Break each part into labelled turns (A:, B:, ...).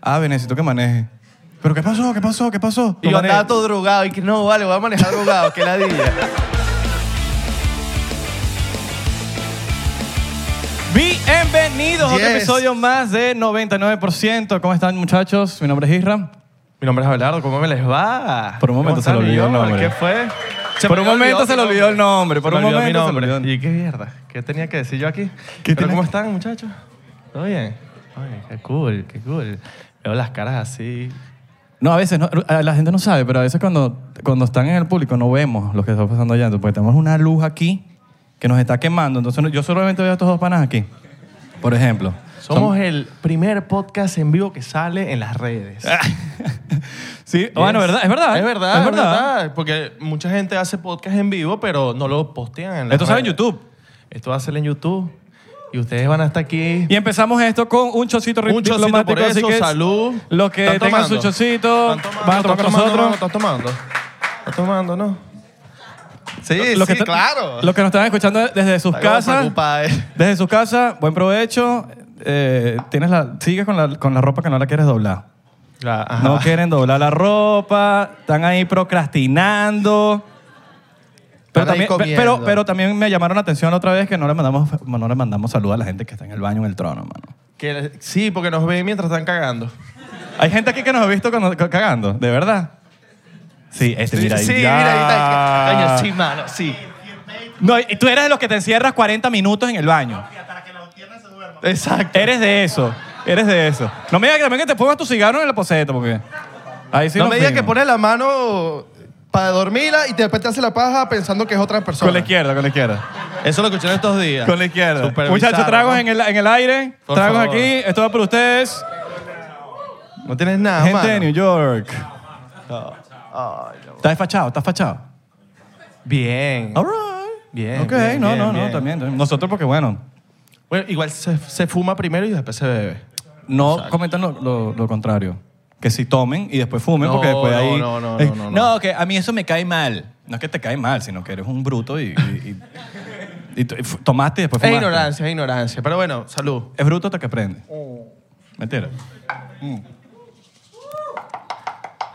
A: Ave, Ah, necesito que maneje. ¿Pero qué pasó? ¿Qué pasó? ¿Qué pasó?
B: Y yo
A: No maneje.
B: andaba todo drogado y que no, vale, voy a manejar drogado, que ladilla.
A: Bienvenidos a otro
B: Yes.
A: episodio más de 99%. ¿Cómo están, muchachos? Mi nombre es Isra.
B: Mi nombre es Abelardo, ¿cómo me les va?
A: Por un momento
B: ¿Cómo
A: se le
B: están,
A: olvidó el
B: señor?
A: nombre.
B: ¿Qué fue?
A: Por
B: me
A: un momento se le
B: mi
A: olvidó el nombre, por
B: Se me
A: un
B: olvidó
A: momento
B: mi
A: se le
B: nombre.
A: olvidó.
B: ¿Y qué mierda? ¿Qué tenía que decir yo aquí?
A: ¿Qué
B: ¿Pero
A: tenía
B: ¿Cómo
A: que-
B: están, muchachos? ¿Todo bien? Oye, qué cool, qué cool. Veo las caras así.
A: No, a veces, no, a la gente no sabe, pero a veces cuando, cuando están en el público no vemos lo que está pasando allá, porque tenemos una luz aquí que nos está quemando. Entonces no- yo solamente veo a estos dos panas aquí, por ejemplo.
B: Somos el primer podcast en vivo que sale en las redes.
A: Sí, Ah, bueno, ¿verdad? es verdad. ¿eh?
B: Es verdad,
A: Es verdad.
B: Porque mucha gente hace podcast en vivo, pero no lo postean en las
A: Esto sale en
B: redes.
A: YouTube.
B: Esto va a ser en YouTube. Y ustedes van a estar aquí.
A: Y empezamos esto con un chocito
B: Un chocito
A: diplomático,
B: por
A: así
B: eso,
A: que
B: salud.
A: los que
B: ¿Están
A: tengan
B: tomando?
A: su chocito
B: ¿Están tomando?
A: van a tomar
B: ¿Estás
A: con
B: tomando,
A: nosotros.
B: mano? ¿Estás tomando? ¿Estás tomando, no? Sí,
A: Los
B: sí,
A: que-
B: claro.
A: Los que nos están escuchando desde sus
B: Está como
A: casas.
B: preocupada, eh.
A: Desde sus casas, buen provecho. Eh, tienes la, sigue con la, con la ropa que no la quieres doblar.
B: La- ajá.
A: No quieren doblar la ropa, están ahí procrastinando. Pero
B: Están ahí
A: también, pe-
B: comiendo.
A: pero, pero también me llamaron la atención la otra vez que no le mandamos, no le mandamos salud a la gente que está en el baño en el trono, mano.
B: Que- sí, porque nos ven mientras están cagando.
A: Hay gente aquí que nos ha visto cuando- ca- cagando, de verdad. Sí, este mira ahí.
B: sí,
A: ya.
B: mira, ahí está. Coño, sí, mano, sí.
A: No, y tú eres de los que te encierras 40 minutos en el baño.
B: Exacto.
A: Eres de eso. Eres de eso. No me digas que también que te pongas tu cigarro en el poseta, porque. Ahí sí
C: no
A: nos
C: me digas que
A: fuimos.
C: pones la mano para dormirla y de repente hace la paja pensando que es otra persona.
A: Con la izquierda, con la izquierda.
B: Eso lo escuché en estos días.
A: Con la izquierda.
B: Super
A: Muchachos,
B: bizarro,
A: tragos
B: ¿no?
A: en, el, en el aire.
B: Por
A: tragos
B: favor.
A: aquí. Esto va por ustedes.
B: No tienes nada,
A: Gente
B: mano.
A: de New York. ¿Estás fachado? ¿Estás fachado?
B: Bien.
A: All right.
B: Bien,
A: Ok,
B: bien,
A: no,
B: bien,
A: no, no,
B: bien.
A: también. también. Nosotros, porque bueno,
B: Bueno, igual se, se fuma primero y después se bebe.
A: no comentan lo, lo- lo contrario. Que si tomen y después fumen,
B: No,
A: porque después
B: no,
A: ahí.
B: no, no,
A: Eh,
B: no, no,
A: que a mí eso me cae mal. No es que te cae mal, sino que eres un bruto y. y, y- y t- f- tomaste y después
B: Es
A: fumaste.
B: ignorancia, es ignorancia. Pero bueno, salud.
A: Es bruto hasta que aprende. Mentira.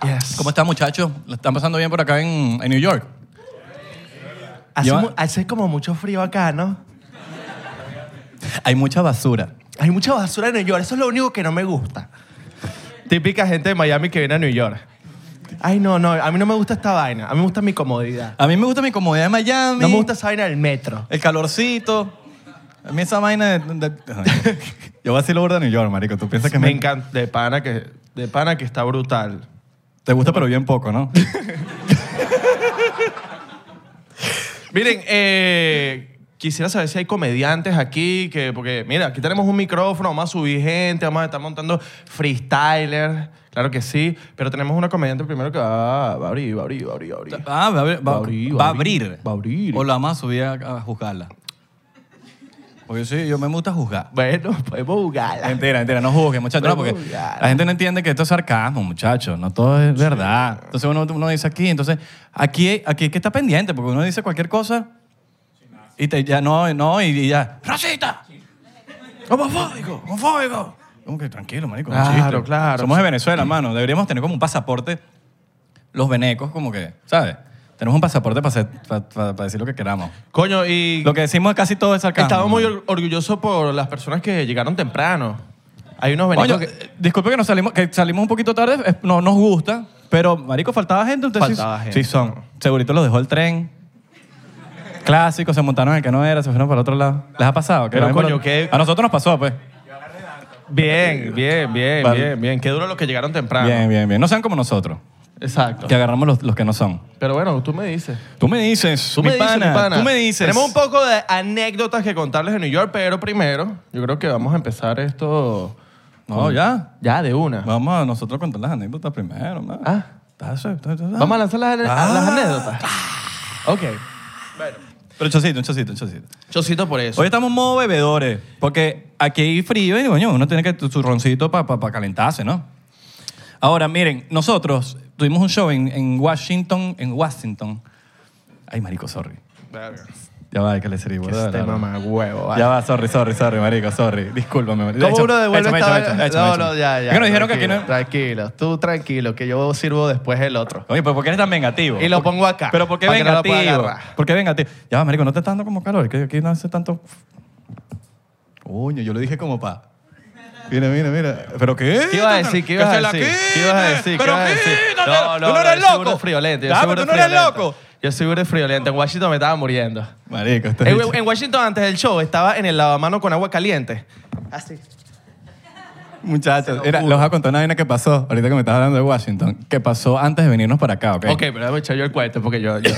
B: Yes.
A: ¿Cómo están, muchachos? ¿La están pasando bien por acá en, en New York?
B: Hace,
A: Yo-
B: mu- hace como mucho frío acá, ¿no?
A: Hay mucha basura.
B: Hay mucha basura en New York. Eso es lo único que no me gusta. Típica gente de Miami que viene a New York. Ay, no, no. A mí no me gusta esta vaina. A mí me gusta mi comodidad.
A: A mí me gusta mi comodidad de Miami.
B: No me gusta esa vaina del metro.
A: el calorcito. A mí esa vaina de... de- Ay, Yo voy a decir lo burda de New York, marico. Tú piensas que
B: me
A: me,
B: encanta. De pana, que, de pana que está brutal.
A: Te gusta, pero bien poco, ¿no?
B: Miren, eh, quisiera saber si hay comediantes aquí, que, porque mira, aquí tenemos un micrófono, vamos a subir gente, vamos a estar montando freestyler, claro que sí, pero tenemos una comediante primero que va, va a abrir, va a abrir, va a abrir, va a abrir.
A: Ah, va, a abrir- va-
B: Va a abrir,
A: va a
B: va a abrir.
A: abrir.
B: Va a abrir.
A: O la más subía a juzgarla. Porque sí, yo me gusta juzgar.
B: Bueno, pues, podemos jugar.
A: Mentira, mentira, no juzguen, muchachos. No, porque
B: Juzgar.
A: la gente no entiende que esto es sarcasmo, muchachos. No todo es verdad. Entonces uno, uno dice aquí, entonces aquí, aquí hay que estar pendiente, porque uno dice cualquier cosa y te, ya no, no, y, y ya. ¡Racista! ¡Homofóbico! ¡Homofóbico! Como que tranquilo, marico. es un
B: Claro,
A: chiste.
B: claro.
A: Somos de Venezuela, mano. Deberíamos tener como un pasaporte, los venecos, como que, ¿sabes? Tenemos un pasaporte para, hacer- para- para- para decir lo que queramos.
B: Coño, y
A: Lo que decimos casi todo es sarcasmo.
B: estaba muy
A: ¿no?
B: or- orgulloso por las personas que llegaron temprano. Hay unos
A: Coño,
B: venecos que...
A: eh, disculpe que nos salimos, que salimos un poquito tarde, es- no nos gusta, pero marico, faltaba gente. Entonces,
B: Faltaba
A: sí,
B: gente,
A: Sí son. Segurito los dejó el tren. Clásico, se montaron en el que no era, se fueron para el otro lado. ¿Les ha pasado? Que
B: Pero,
A: van para
B: coño,
A: otro-
B: ¿qué?
A: A nosotros nos pasó, pues.
B: Bien, bien, bien,
A: eh, Vale.
B: bien, bien. Qué duro los que llegaron temprano.
A: Bien, bien, bien. No sean como nosotros,
B: Exacto.
A: que agarramos los, los que no son.
B: Pero bueno, tú me dices.
A: Tú me dices,
B: Tú
A: mi
B: me dices,
A: pana,
B: mi pana.
A: tú me dices.
B: Tenemos un poco de anécdotas que contarles de New York, pero primero, yo creo que vamos a empezar esto.
A: No, ya.
B: Ya, de una.
A: Vamos a nosotros contar las anécdotas primero, man.
B: Ah. Vamos a lanzar las, ane-
A: Ah.
B: las anécdotas. Ok.
A: Pero chocito, un chocito, un chocito.
B: Chocito por eso.
A: Hoy estamos en modo bebedores, porque aquí hay frío y coño, uno tiene que tu- su roncito para calentarse, ¿no? Ahora, miren, nosotros tuvimos un show en, en Washington, en Washington. Ay, marico, sorry. Ya va, hay que le serví,
C: Este
A: boludo. no, no.
C: mamá huevo.
A: Pues Ya va, sorry, sorry, sorry, marico, sorry. Discúlpame. marico.
C: ¿Cómo uno devuelve
A: échame,
C: esta
A: échame,
C: vaina?
A: échame,
C: No,
A: échame.
C: no, ya, ya.
A: Es que nos dijeron que aquí
C: tranquilo,
A: no...
C: Tranquilo, tú tranquilo, que yo sirvo después el otro.
A: Oye, pero ¿por qué eres tan vengativo?
C: Y lo pongo acá,
A: ¿Pero por qué
C: para que no la pueda
A: vengativo?
C: agarrar.
A: ¿Por qué vengativo? Ya va, marico, no te está dando como calor. Que aquí no hace tanto... Coño, yo lo dije como pa... Mira, mira, mira. ¿Pero qué?
B: ¿Qué ibas a decir? ¿Qué ibas
A: Que
B: a
A: se la
B: decir? ¿Qué
A: quiten,
B: ibas a decir? ¿Qué
A: ¡Pero
B: ibas a decir?
A: quítatela! ¡Tú no eres
B: yo soy burda
A: loco!
B: friolento, yo
A: Ya,
B: soy
A: pero
B: burda
A: tú no eres
B: friolento.
A: loco.
B: Yo soy burda friolento. En Washington me estaba muriendo.
A: Marico, este
B: En,
A: bicho-
B: en Washington, antes del show, estaba en el lavamano con agua caliente. Así.
A: Muchachos, mira, les voy a contar una vaina que pasó, ahorita que me estás hablando de Washington, que pasó antes de venirnos para acá, ¿ok?
B: Ok, pero déjame echar yo el cuento porque yo. yo...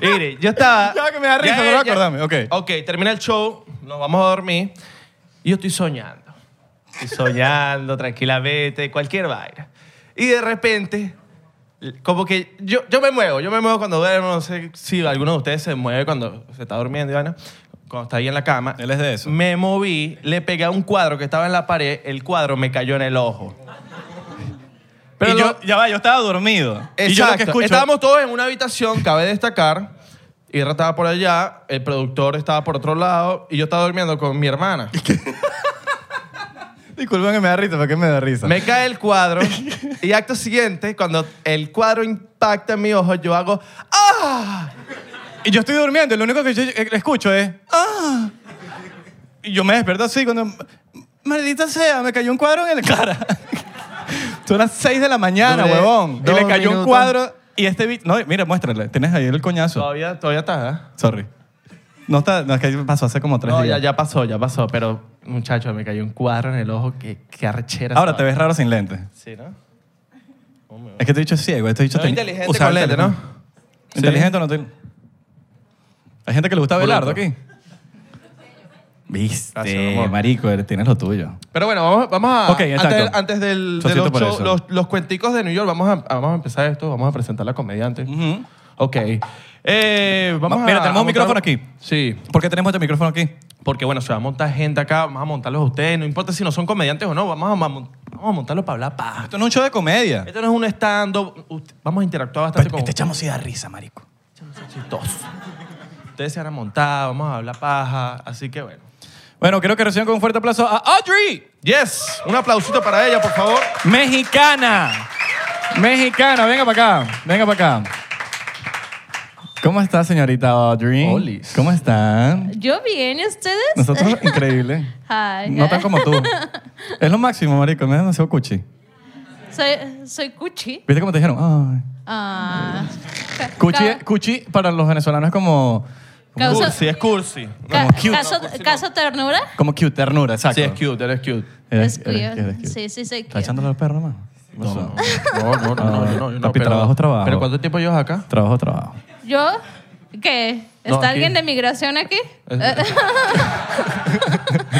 B: Mire, yo estaba.
A: Ya, que me da risa, pero acordame, ok.
B: Ok, termina el show, nos vamos a dormir y yo estoy soñando. Estoy soñando tranquilamente, cualquier vaina. Y de repente, como que yo, yo me muevo, yo me muevo cuando duermo, no sé si alguno de ustedes se mueve cuando se está durmiendo, Ivana, cuando está ahí en la cama.
A: Él es de eso.
B: Me moví, le pegué a un cuadro que estaba en la pared, el cuadro me cayó en el ojo.
A: Pero
B: Y
A: yo, ya va, yo estaba dormido.
B: Exacto.
A: Y yo lo que escucho...
B: Estábamos todos en una habitación, cabe destacar. Irra estaba por allá, el productor estaba por otro lado y yo estaba durmiendo con mi hermana.
A: Disculpen que me da risa, ¿por qué me da risa?
B: Me cae el cuadro y acto siguiente, cuando el cuadro impacta en mi ojo, yo hago ¡Ah!
A: Y yo estoy durmiendo, y lo único que yo eh, escucho es. ¡Ah! Y yo me despierto así cuando. Maldita sea, me cayó un cuadro en la cara. Son las 6 de la mañana,
B: Duré
A: huevón. Y
B: dos
A: le cayó un
B: minutos.
A: cuadro. Y este bicho. No, mira, muéstrale. Tienes ahí el coñazo.
B: Todavía, todavía está. ¿eh?
A: Sorry. No está. No, es que pasó hace como tres
B: No, ya,
A: días.
B: ya pasó, ya pasó. Pero, muchacho, me cayó un cuadro en el ojo. Qué, qué arrechera.
A: Ahora
B: esa
A: te ves raro sin lentes.
B: Sí, ¿no?
A: Es que te he dicho ciego. Este dicho
B: Soy inteligente con lente, ¿no?
A: Inteligente no tiene. Hay gente que le gusta Belardo
B: Bruto.
A: aquí.
B: Gracias,
A: Viste,
B: amor.
A: marico, eres- tienes lo tuyo.
B: Pero bueno, vamos, vamos a.
A: Ok, exacto.
B: antes, del- antes del, de
A: Socito
B: los,
A: por
B: show-
A: eso.
B: los, los cuenticos de New York, vamos a, vamos a empezar esto, vamos a presentar a la comediante.
A: Ujú.
B: Ok. Eh, vamos
A: Ma- mira,
B: a-
A: tenemos
B: a
A: un micrófono aquí.
B: Sí.
A: ¿Por qué tenemos este micrófono aquí?
B: Porque bueno, se va a montar gente acá, vamos a montarlos a ustedes, no importa si no son comediantes o no, vamos a, ma- mon- vamos a montarlos para hablar paja.
A: Esto no es un show de comedia.
B: Esto no es un stand-up, ust- vamos a interactuar bastante con
A: Este, chamo sí da risa, marico.
B: ustedes. Chistoso. Ustedes se van a montar, vamos a hablar paja, así que bueno.
A: Bueno, quiero que reciban con un fuerte aplauso a Audrey,
B: Yes, un aplausito para ella, por favor.
A: mexicana. Mexicana, venga para acá, venga para acá. ¿Cómo está, señorita Audrey?
B: Olis.
A: ¿Cómo están?
D: Yo bien, ¿y ustedes?
A: Nosotros, increíble.
D: Hi.
A: No tan como tú. Es lo máximo, marico, me da demasiado cuchi.
D: Soy, soy Cuchi.
A: ¿Viste cómo te dijeron? Ay.
D: Ah. Ca-
A: Cuchi,
D: ca-
A: cuchi para los venezolanos es como... Como,
D: Causa-
B: Cursi, es cursi.
D: ca-
A: como cute.
D: caso, caso ternura?
A: como cute, ternura, exacto.
B: Sí, es cute, eres cute.
A: Eres-
D: Es
A: eres cute, eres
D: cute.
A: cute.
D: Sí, sí, soy
A: ¿Estás
D: cute.
A: echándole al perro, mano? ¿Qué pasó?
B: No, no, no, no, yo no, yo no.
A: Papi, trabajo, trabajo.
B: ¿Pero cuánto tiempo llevas acá?
A: Trabajo, trabajo.
D: ¿Yo? ¿Qué?
B: No,
D: ¿Está
B: aquí.
D: alguien de migración aquí?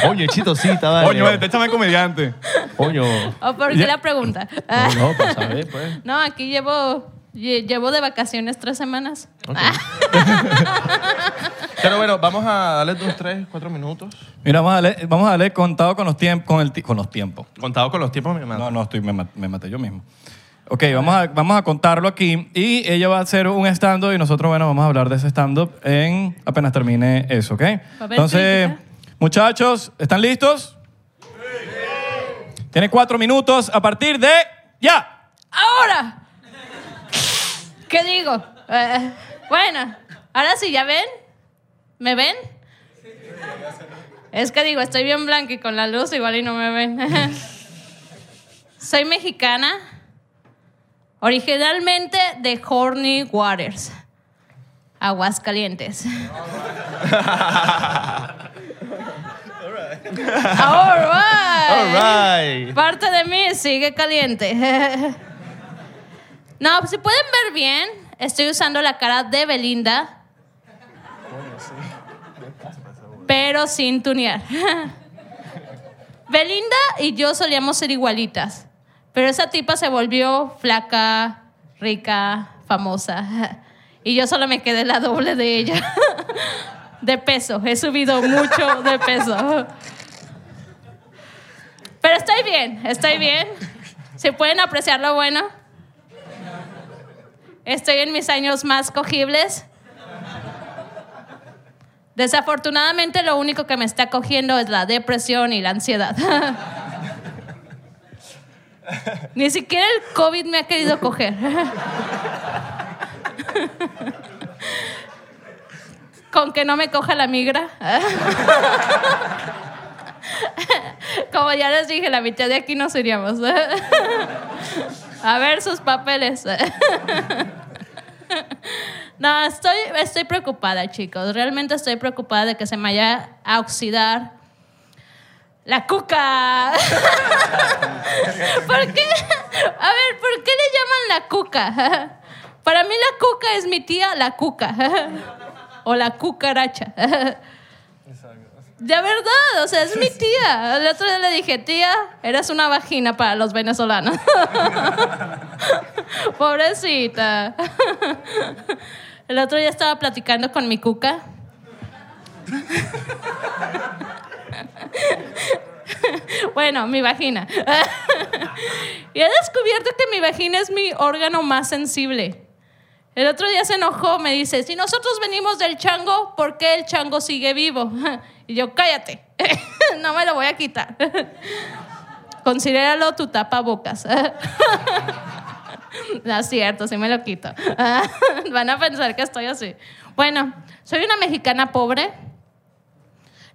B: Oye, chitosita, dale.
A: échame comediante.
B: Coño.
D: ¿O por qué
A: Ya-
D: la pregunta?
B: No, no, para saber, pues.
D: No, aquí llevo, lle- llevo de vacaciones tres semanas.
B: Ok. Pero bueno, vamos a darle unos 3, 4 minutos.
A: Mira, vamos a darle, vamos a darle contado con los tiempos. Con, el ti- con los tiempos.
B: Contado con los tiempos, mi hermano.
A: No, no, estoy, me, ma- me maté yo mismo. Ok, vamos a, vamos a contarlo aquí. Y ella va a hacer un stand-up y nosotros, bueno, vamos a hablar de ese stand-up en apenas termine eso, ¿ok?
D: haber
A: Entonces, muchachos, ¿están listos? Tienen cuatro minutos a partir de ya.
D: ¡Ahora! ¿Qué digo? Eh, bueno, ahora sí, ¿ya ven? ¿Me ven? Es que digo, estoy bien blanca y con la luz igual y no me ven. Soy mexicana, originalmente de Horny Waters, Aguascalientes. All right.
B: All right.
D: Parte de mí sigue caliente. No, si pueden ver bien, estoy usando la cara de Belinda. Pero sin tunear. Belinda y yo solíamos ser igualitas. Pero esa tipa se volvió flaca, rica, famosa. Y yo solo me quedé la doble de ella. De peso. He subido mucho de peso. Pero estoy bien, estoy bien. ¿Se pueden apreciar lo bueno? Estoy en mis años más cogibles. Desafortunadamente lo único que me está cogiendo es la depresión y la ansiedad. Ni siquiera el COVID me ha querido coger. Con que no me coja la migra. Como ya les dije, la mitad de aquí nos iríamos. A ver sus papeles. No, estoy, estoy preocupada, chicos. Realmente estoy preocupada de que se me vaya a oxidar la cuca. ¿Por qué? A ver, ¿por qué le llaman la cuca? Para mí la cuca es mi tía la cuca. O la cucaracha. De verdad, o sea, es mi tía. El otro día le dije, tía, eres una vagina para los venezolanos. Pobrecita. El otro día estaba platicando con mi cuca. Bueno, mi vagina. Y he descubierto que mi vagina es mi órgano más sensible. El otro día se enojó, me dice, si nosotros venimos del chango, ¿por qué el chango sigue vivo? Y yo, cállate, no me lo voy a quitar. Considéralo tu tapabocas. No es cierto, sí me lo quito. Van a pensar que estoy así. Bueno, soy una mexicana pobre,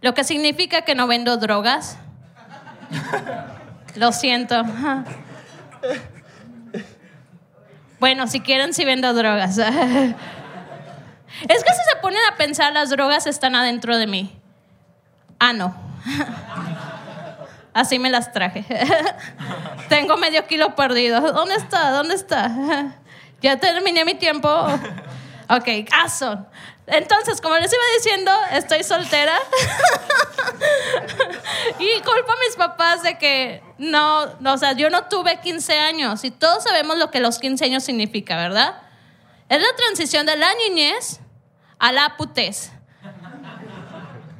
D: lo que significa que no vendo drogas. Lo siento. Bueno, si quieren, sí vendo drogas. Es que si se ponen a pensar, las drogas están adentro de mí. Ah, no. Así me las traje. Tengo medio kilo perdido. ¿Dónde está? ¿Dónde está? ya terminé mi tiempo. Ok, caso. Entonces, como les iba diciendo, estoy soltera. y culpa a mis papás de que no, no, o sea, yo no tuve 15 años. Y todos sabemos lo que los 15 años significa, ¿verdad? Es la transición de la niñez a la putez.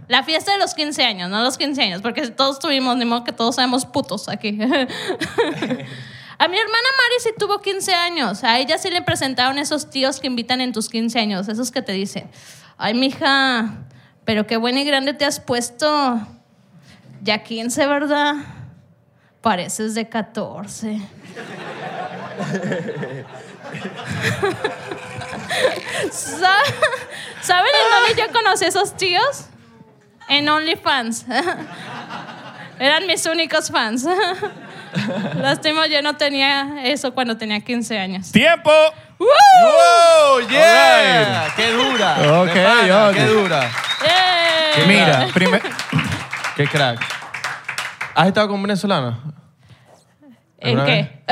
D: La fiesta de los 15 años, no los 15 años, porque todos tuvimos, ni modo que todos seamos putos aquí. A mi hermana Mari sí tuvo 15 años. A ella sí le presentaron esos tíos que invitan en tus 15 años, esos que te dicen, ay, mija, pero qué buena y grande te has puesto. Ya 15, ¿verdad? Pareces de 14. Sa- ¿Saben en dónde yo conocí a esos tíos? En OnlyFans. Eran mis únicos fans. Lástima, yo no tenía eso cuando tenía 15 años.
A: ¡Tiempo!
D: ¡Woo!
B: ¡Oh, yeah! ¡Qué dura!
A: Ok,
B: De pana,
A: ok.
B: ¡Qué dura!
D: ¡Yay!
A: Mira, primer-
B: ¡Qué crack! ¿Has estado con venezolanos?
D: ¿En qué?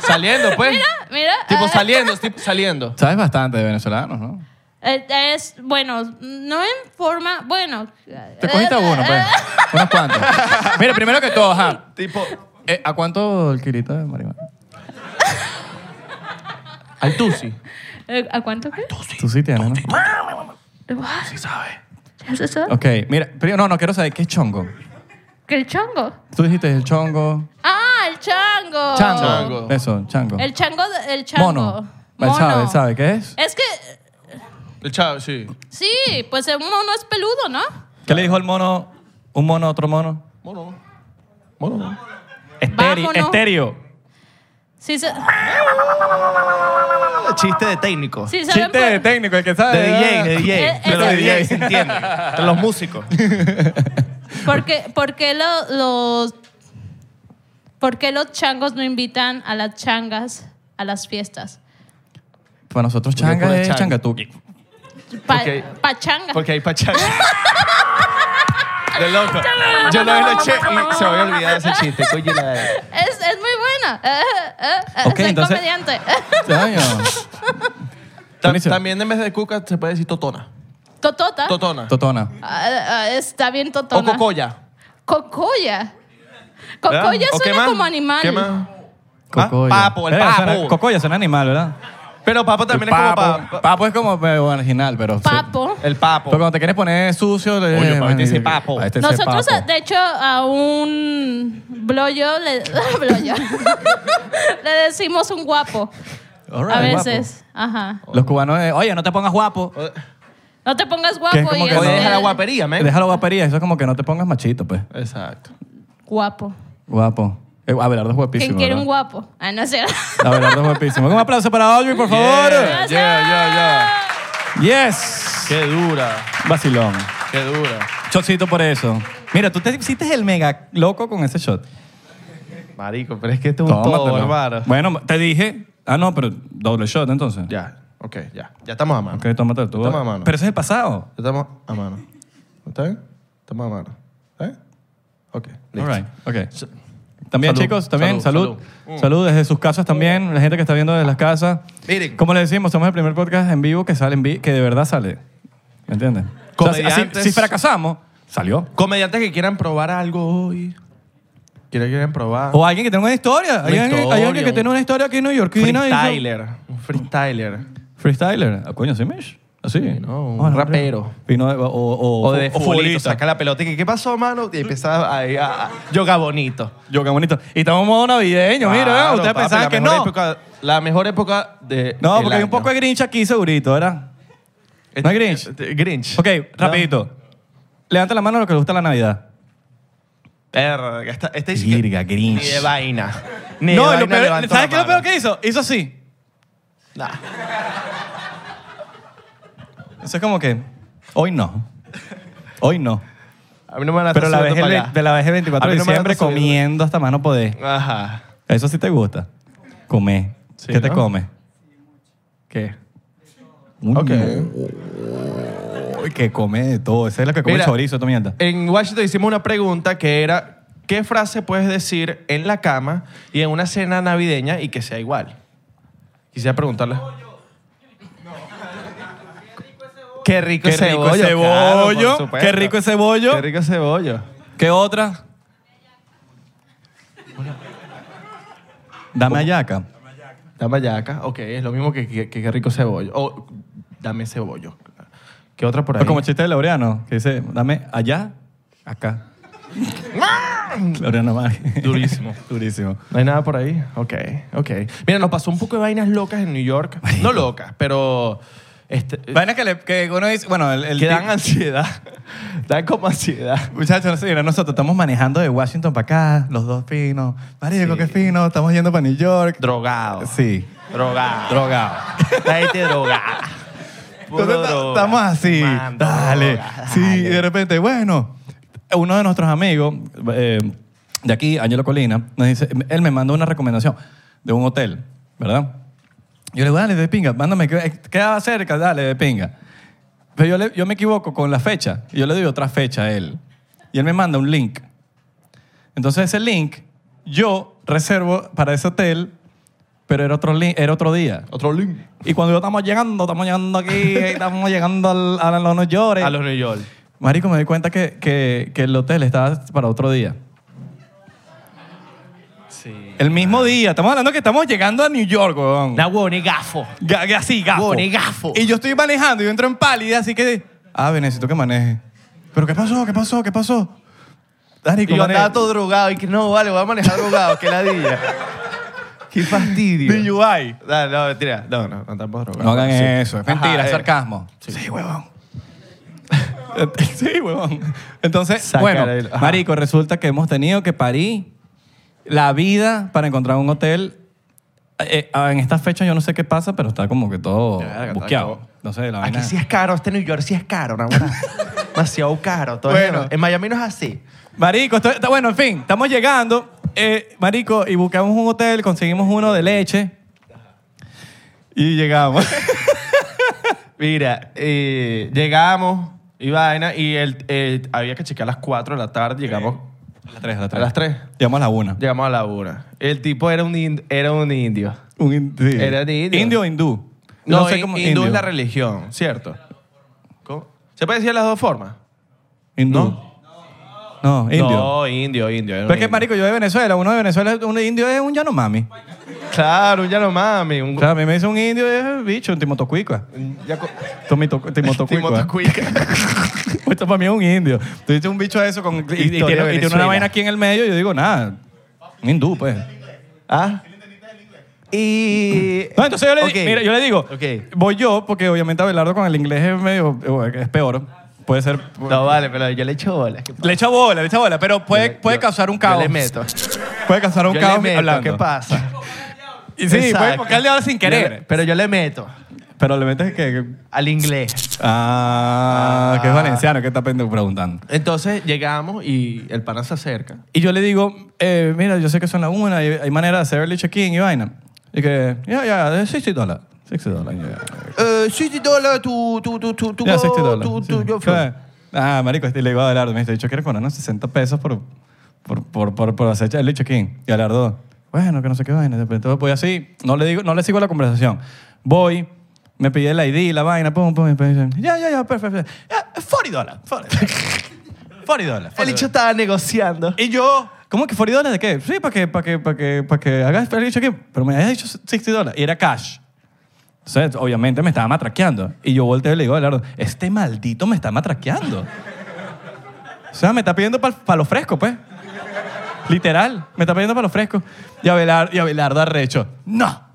B: Saliendo, pues.
D: Mira.
B: Tipo
D: ah,
B: saliendo, tipo saliendo.
A: sabes bastante de venezolanos, ¿no?
D: eh, Es, bueno, no en forma. Bueno.
A: Te cogiste a uno, pues. Unos cuantos. Mira, primero que todo, ajá.
B: Tipo.
A: Eh, ¿A cuánto el kilito de marihuana?
B: Al Tusi.
D: Eh, ¿A cuánto qué?
A: Tú sí tienes, ¿no?
D: Sí sabes. eso?
A: Ok, mira, primero, no, no quiero saber qué es chongo.
D: ¿Qué el chongo?
A: Tú dijiste el chongo.
D: Ah, el chango.
A: Chango.
B: Chango.
A: Eso, chango.
D: El chango, de- el chango.
A: mono. Él sabe, él sabe qué es.
D: Es que
B: El chavo, sí.
D: sí, pues un mono es peludo, ¿no?
A: ¿Qué le dijo el mono? Un mono, a otro mono.
B: Mono. Mono.
A: Estéreo.
D: Vámonos.
A: Estéreo.
D: Sí, se-
B: Chiste de técnico.
D: sí saben
A: Chiste
D: por-
A: de técnico, el que sabe.
B: De DJ, de DJ.
D: Eh,
B: de
D: eso-
B: los DJ, se entiende. De los músicos.
A: eh.
D: Porque, porque lo- los. ¿Por qué los changos no invitan a las changas a las fiestas?
A: Para Pues nosotros
B: Porque
A: changa
B: pura
A: es
B: changa.
A: changatuki.
D: Pa-
B: Porque-
D: Pachanga.
B: Porque hay pachanga. De loco. Yo lo he hecho y se me había olvidado ese chiste. Coño, la
D: Es, es muy buena. Eh, eh, eh,
A: Ok,
D: soy
A: entonces-
D: comediante.
A: Coño.
B: Ta-
A: Buenísimo.
B: También en vez de cuca se puede decir totona.
D: Totota.
B: Totona.
A: Totona.
D: Ah, ah, está bien
B: O
D: totona.
B: cocoya.
D: Cocoya. Cocoya
B: Ah, ¿O qué
D: suena
B: más?
D: como animal.
B: ¿Qué más? Ah,
A: Cocoya.
B: Papo, el
A: Eh,
B: papo.
A: suena- Cocoya es un animal, ¿verdad?
B: Pero papo también
A: El
B: es como
A: papo.
B: papo.
A: Papo es como eh, original, pero. sí.
D: Papo.
B: El
A: Pero
B: papo.
A: cuando te quieres poner sucio, le
B: Oye,
A: eh,
B: pa' este
A: eh,
B: dice papo.
A: pa' este dice
D: Nosotros,
A: papo.
D: de hecho, a un bloyo le, bloyo. le decimos un guapo.
A: All right,
D: a
A: guapo.
D: veces. Ajá.
A: Los cubanos, eh, oye, no te pongas guapo.
D: No No te pongas
A: Que es
D: guapo
A: como
D: y
A: que
B: O
A: no.
D: este-
B: deja la guapería, men.
A: Déjalo guapería, eso es como que no te pongas machito, pues.
B: Exacto.
D: Guapo.
A: Guapo. Eh, Abelardo es guapísimo.
D: ¿Quién quiere
A: ¿verdad?
D: un guapo? Ah, no sé.
A: Abelardo es guapísimo. Un aplauso para Audrey, por favor.
B: Yeah, yeah, yeah, yeah.
A: Yes.
B: Qué dura,
A: Vacilón.
B: qué dura.
A: Chocito por eso. Mira, tú te hiciste el mega loco con ese shot.
B: Marico, pero es que esto es un
A: Tómatelo.
B: todo, hermano.
A: Bueno, te dije. Ah, no, pero doble shot entonces.
B: Ya, ok, ya. Ya estamos a mano.
A: Ok, tómate tú.
B: Toma, mano.
A: Pero ese es el pasado.
B: Ya estamos a mano. ¿Está bien? Estamos a mano. ¿Está bien? Ok,
A: All
B: listo.
A: right. Ok. También,
B: Salud.
A: chicos, también,
B: Salud,
A: salud. Salud. desde sus casas también, la gente que está viendo desde las casas.
B: Miren.
A: Como les decimos, somos el primer podcast en vivo que sale en vi- que de verdad sale. ¿Me entiendes? O sea, si-
B: Comediantes.
A: si, si fracasamos, salió.
B: Comediantes que quieran probar algo hoy. Quieren, quieren probar.
A: O alguien que tenga una historia. Hay alguien, hay alguien
B: historia,
A: que
B: un-
A: tiene una historia aquí en New York.
B: freestyler. Un freestyler.
A: Freestyler. Ah, coño, ¿sí, Mish? Así.
B: no, un
A: Ah, hombre.
B: rapero.
A: Vino de- o, o,
B: O de
A: o
B: futbolito. Saca la pelota y que, ¿qué pasó, mano? Y empieza ahí a, a yoga bonito.
A: Yo, qué bonito. Y estamos en modo navideño, mira. ¿eh?
B: Claro,
A: Ustedes
B: papi,
A: pensaban
B: la
A: que
B: mejor
A: no.
B: época- la mejor época de.
A: No,
B: del
A: porque hay un
B: año.
A: poco de Grinch aquí, segurito, ¿verdad?
B: Este-
A: ¿No hay Grinch?
B: este- Grinch.
A: Ok,
B: No.
A: rapidito. Levanta la mano a los que les gusta la Navidad.
B: Verga, esta, esta dice que-
A: Virga, Grinch.
B: Ni de vaina. Ni
A: no,
B: de
A: y lo
B: vaina
A: peor-
B: levanto
A: ¿sabes
B: la
A: qué es lo peor
B: mano.
A: que hizo? Hizo así.
B: Nah.
A: Eso es como que, hoy no. Hoy no.
B: A mí no me la
A: Pero la vez
B: de
A: el, de la vez el 24 de diciembre comiendo hasta mano poder.
B: Ajá.
A: Eso sí te gusta. Comer.
B: Sí,
A: ¿Qué te
B: ¿no?
A: comes?
B: ¿Qué?
A: Uy,
B: Ok.
A: no. Uy, que come de todo. Ese es lo que come
B: Mira,
A: chorizo, esta mierda.
B: En Washington hicimos una pregunta que era: ¿qué frase puedes decir en la cama y en una cena navideña y que sea igual? Quisiera preguntarle. Qué rico
A: Qué
B: ese
A: rico
B: bollo.
A: ese
B: claro, por
A: bollo,
B: supuesto.
A: qué rico ese bollo.
B: Qué rico ese bollo.
A: ¿Qué otra? Dame ayaca.
B: Dame acá. Ok, es lo mismo que, que, que qué rico ese bollo. O dame ese bollo. ¿Qué otra por ahí?
A: Es como el chiste de Laureano, que dice, dame allá, acá. Laureano Mag.
B: Durísimo.
A: Durísimo.
B: No hay nada por ahí. Ok, ok. Mira, nos pasó un poco de vainas locas en New Yoryork. No locas, pero. Este,
A: Vainas que, le- que uno dice, bueno, el... el
B: que dan ansiedad. dan como ansiedad.
A: Muchachos, no sé, mira, nosotros estamos manejando de Washington para acá, los dos finos. Marico,
B: Sí.
A: qué fino, estamos yendo para New York.
B: Drogado.
A: Sí.
B: Drogado.
A: Drogado.
B: La gente drogada. Puro
A: Entonces ta-
B: droga.
A: estamos así.
B: Fumando
A: dale.
B: droga,
A: Sí,
B: dale.
A: y de repente, bueno, uno de nuestros amigos eh, de aquí, Angelo Colina, nos dice, él me mandó una recomendación de un hotel, ¿verdad? Yo le digo, dale, de pinga, mándame, que- queda cerca, dale, de pinga. Pero yo, le- yo me equivoco con la fecha. Y yo le doy otra fecha a él. Y él me manda un link. Entonces ese link yo reservo para ese hotel, pero era otro, link, era otro día.
B: Otro link.
A: Y cuando yo estamos llegando, estamos llegando aquí, estamos llegando al- a los New York.
B: A los New York.
A: Marico, me di cuenta que, que- que el hotel estaba para otro día.
B: Sí.
A: El mismo día. Estamos hablando que estamos llegando a New York, weón.
B: Nahuoni gafo.
A: Ga- ga- así, gafo.
B: Huevón, es gafo.
A: Y yo estoy manejando y yo entro en pálida, así que... Ah, ve, necesito que maneje. ¿Pero qué pasó? ¿Qué pasó? ¿Qué pasó? Dani,
B: Y yo andaba todo drogado. Y que no, vale, voy a manejar drogado. Qué ladilla. Qué fastidio.
A: DUI.
B: No, no, mentira. No, no, no estamos drogados.
A: No hagan
B: Sí.
A: eso. Es mentira,
B: Ajá,
A: es
B: eh,
A: sarcasmo. Sí, huevón. sí, huevón. Entonces,
B: Sacar
A: bueno,
B: el- ajá.
A: marico, resulta que hemos tenido que parir la vida para encontrar un hotel. Eh, eh, en estas fechas yo no sé qué pasa, pero está como que todo
B: Verga, está
A: buqueado.
B: todo-
A: No sé, la
B: Aquí
A: vaina...
B: sí es caro, este New York sí es caro, ¿no? Demasiado caro. Todavía
A: Bueno.
B: no. En Miami no es así.
A: Marico, esto- está- bueno, en fin, estamos llegando. eh, marico, y buscamos un hotel, conseguimos uno de leche. Y llegamos.
B: Mira, eh, llegamos y vaina, y el, eh, había que checar a las 4 de la tarde, llegamos
A: A las 3, a las
B: a
A: 3.
B: las 3.
A: Llegamos a la 1.
B: Llegamos a la 1. El tipo era un, ind- era un indio.
A: Un in- sí.
B: Era de indio.
A: Indio o hindú.
B: No,
A: sé
B: in-
A: cómo-
B: hindú es la religión, ¿cierto? ¿Cómo? ¿Se puede decir de las dos formas?
A: Hindú.
B: ¿No?
A: No, indio.
B: No, indio, indio. era un
A: Pero es que,
B: indio.
A: marico, yo de Venezuela, uno de Venezuela, un indio es un yanomami.
B: Claro, un yanomami. Un,
A: O sea, a mí me dice un indio es bicho, un timotocuica.
B: un yaco-
A: Tomito- Timotocuica.
B: Timotocuica.
A: Esto para mí es un indio. Tú dices un bicho de eso con, y- y,
B: Historia
A: tiene, y tiene
B: Venezuela.
A: una vaina aquí en el medio y yo digo, nada, un hindú, pues.
B: ¿Ah? Y.
A: No, entonces yo le, di-
B: Ok.
A: mira, yo le digo,
B: Ok.
A: voy yo, porque obviamente Abelardo con el inglés es medio, es peor. Puede ser...
B: No, vale, pero yo le echo bolas. ¿Qué pasa?
A: Le echa bola, le echa bola, pero puede,
B: Yo-
A: puede
B: yo-
A: causar un
B: yo
A: caos.
B: le meto.
A: Puede causar un
B: Yo
A: caos
B: le meto,
A: hablando.
B: ¿Qué pasa?
A: Y sí,
B: Exacto.
A: puede porque él le habla sin
B: Yo le-
A: querer.
B: pero yo le meto
A: Pero le metes que...
B: al inglés.
A: Ah, que es valenciano, que está pende- preguntando.
B: Entonces llegamos y el pana se acerca.
A: Y yo le digo, eh, mira, yo sé que son las una, y hay manera de hacer early check-in y vaina. Y que, ya, ya, de 60 dólares. 60 dólares. yeah.
B: Eh, 60 dólares, tu, tu, tu, tu, tu,
A: Ya, 60 dólares.
B: tu, tu,
A: este sí.
B: yo-
A: Claro. Ah, marico, este le digo a Abelardo, me dice, yo quiero poner unos 60 pesos por, por, por, por, por hacer el check-in. Y Abelardo, bueno, que no sé qué vaina. Entonces voy así, no le, digo, no le sigo la conversación. Voy, me pide el ID, la vaina, pum, pum, y después dicen, ya, ya, ya, perfecto. perfecto. Ya, 40 dólares. 40 dólares. 40
B: El bicho estaba negociando.
A: y yo, ¿cómo que 40 dólares de qué? Sí, para que, para que, para que, para que hagas el dicho aquí. Pero me habías dicho 60 dólares. Y era cash. Entonces, obviamente me estaba matraqueando. Y yo volteo y le digo a Abelardo, este maldito me está matraqueando. O sea, me está pidiendo para lo fresco, pues. Literal, me está pidiendo para lo fresco. Y Abelardo, y Abelardo arrecho, no.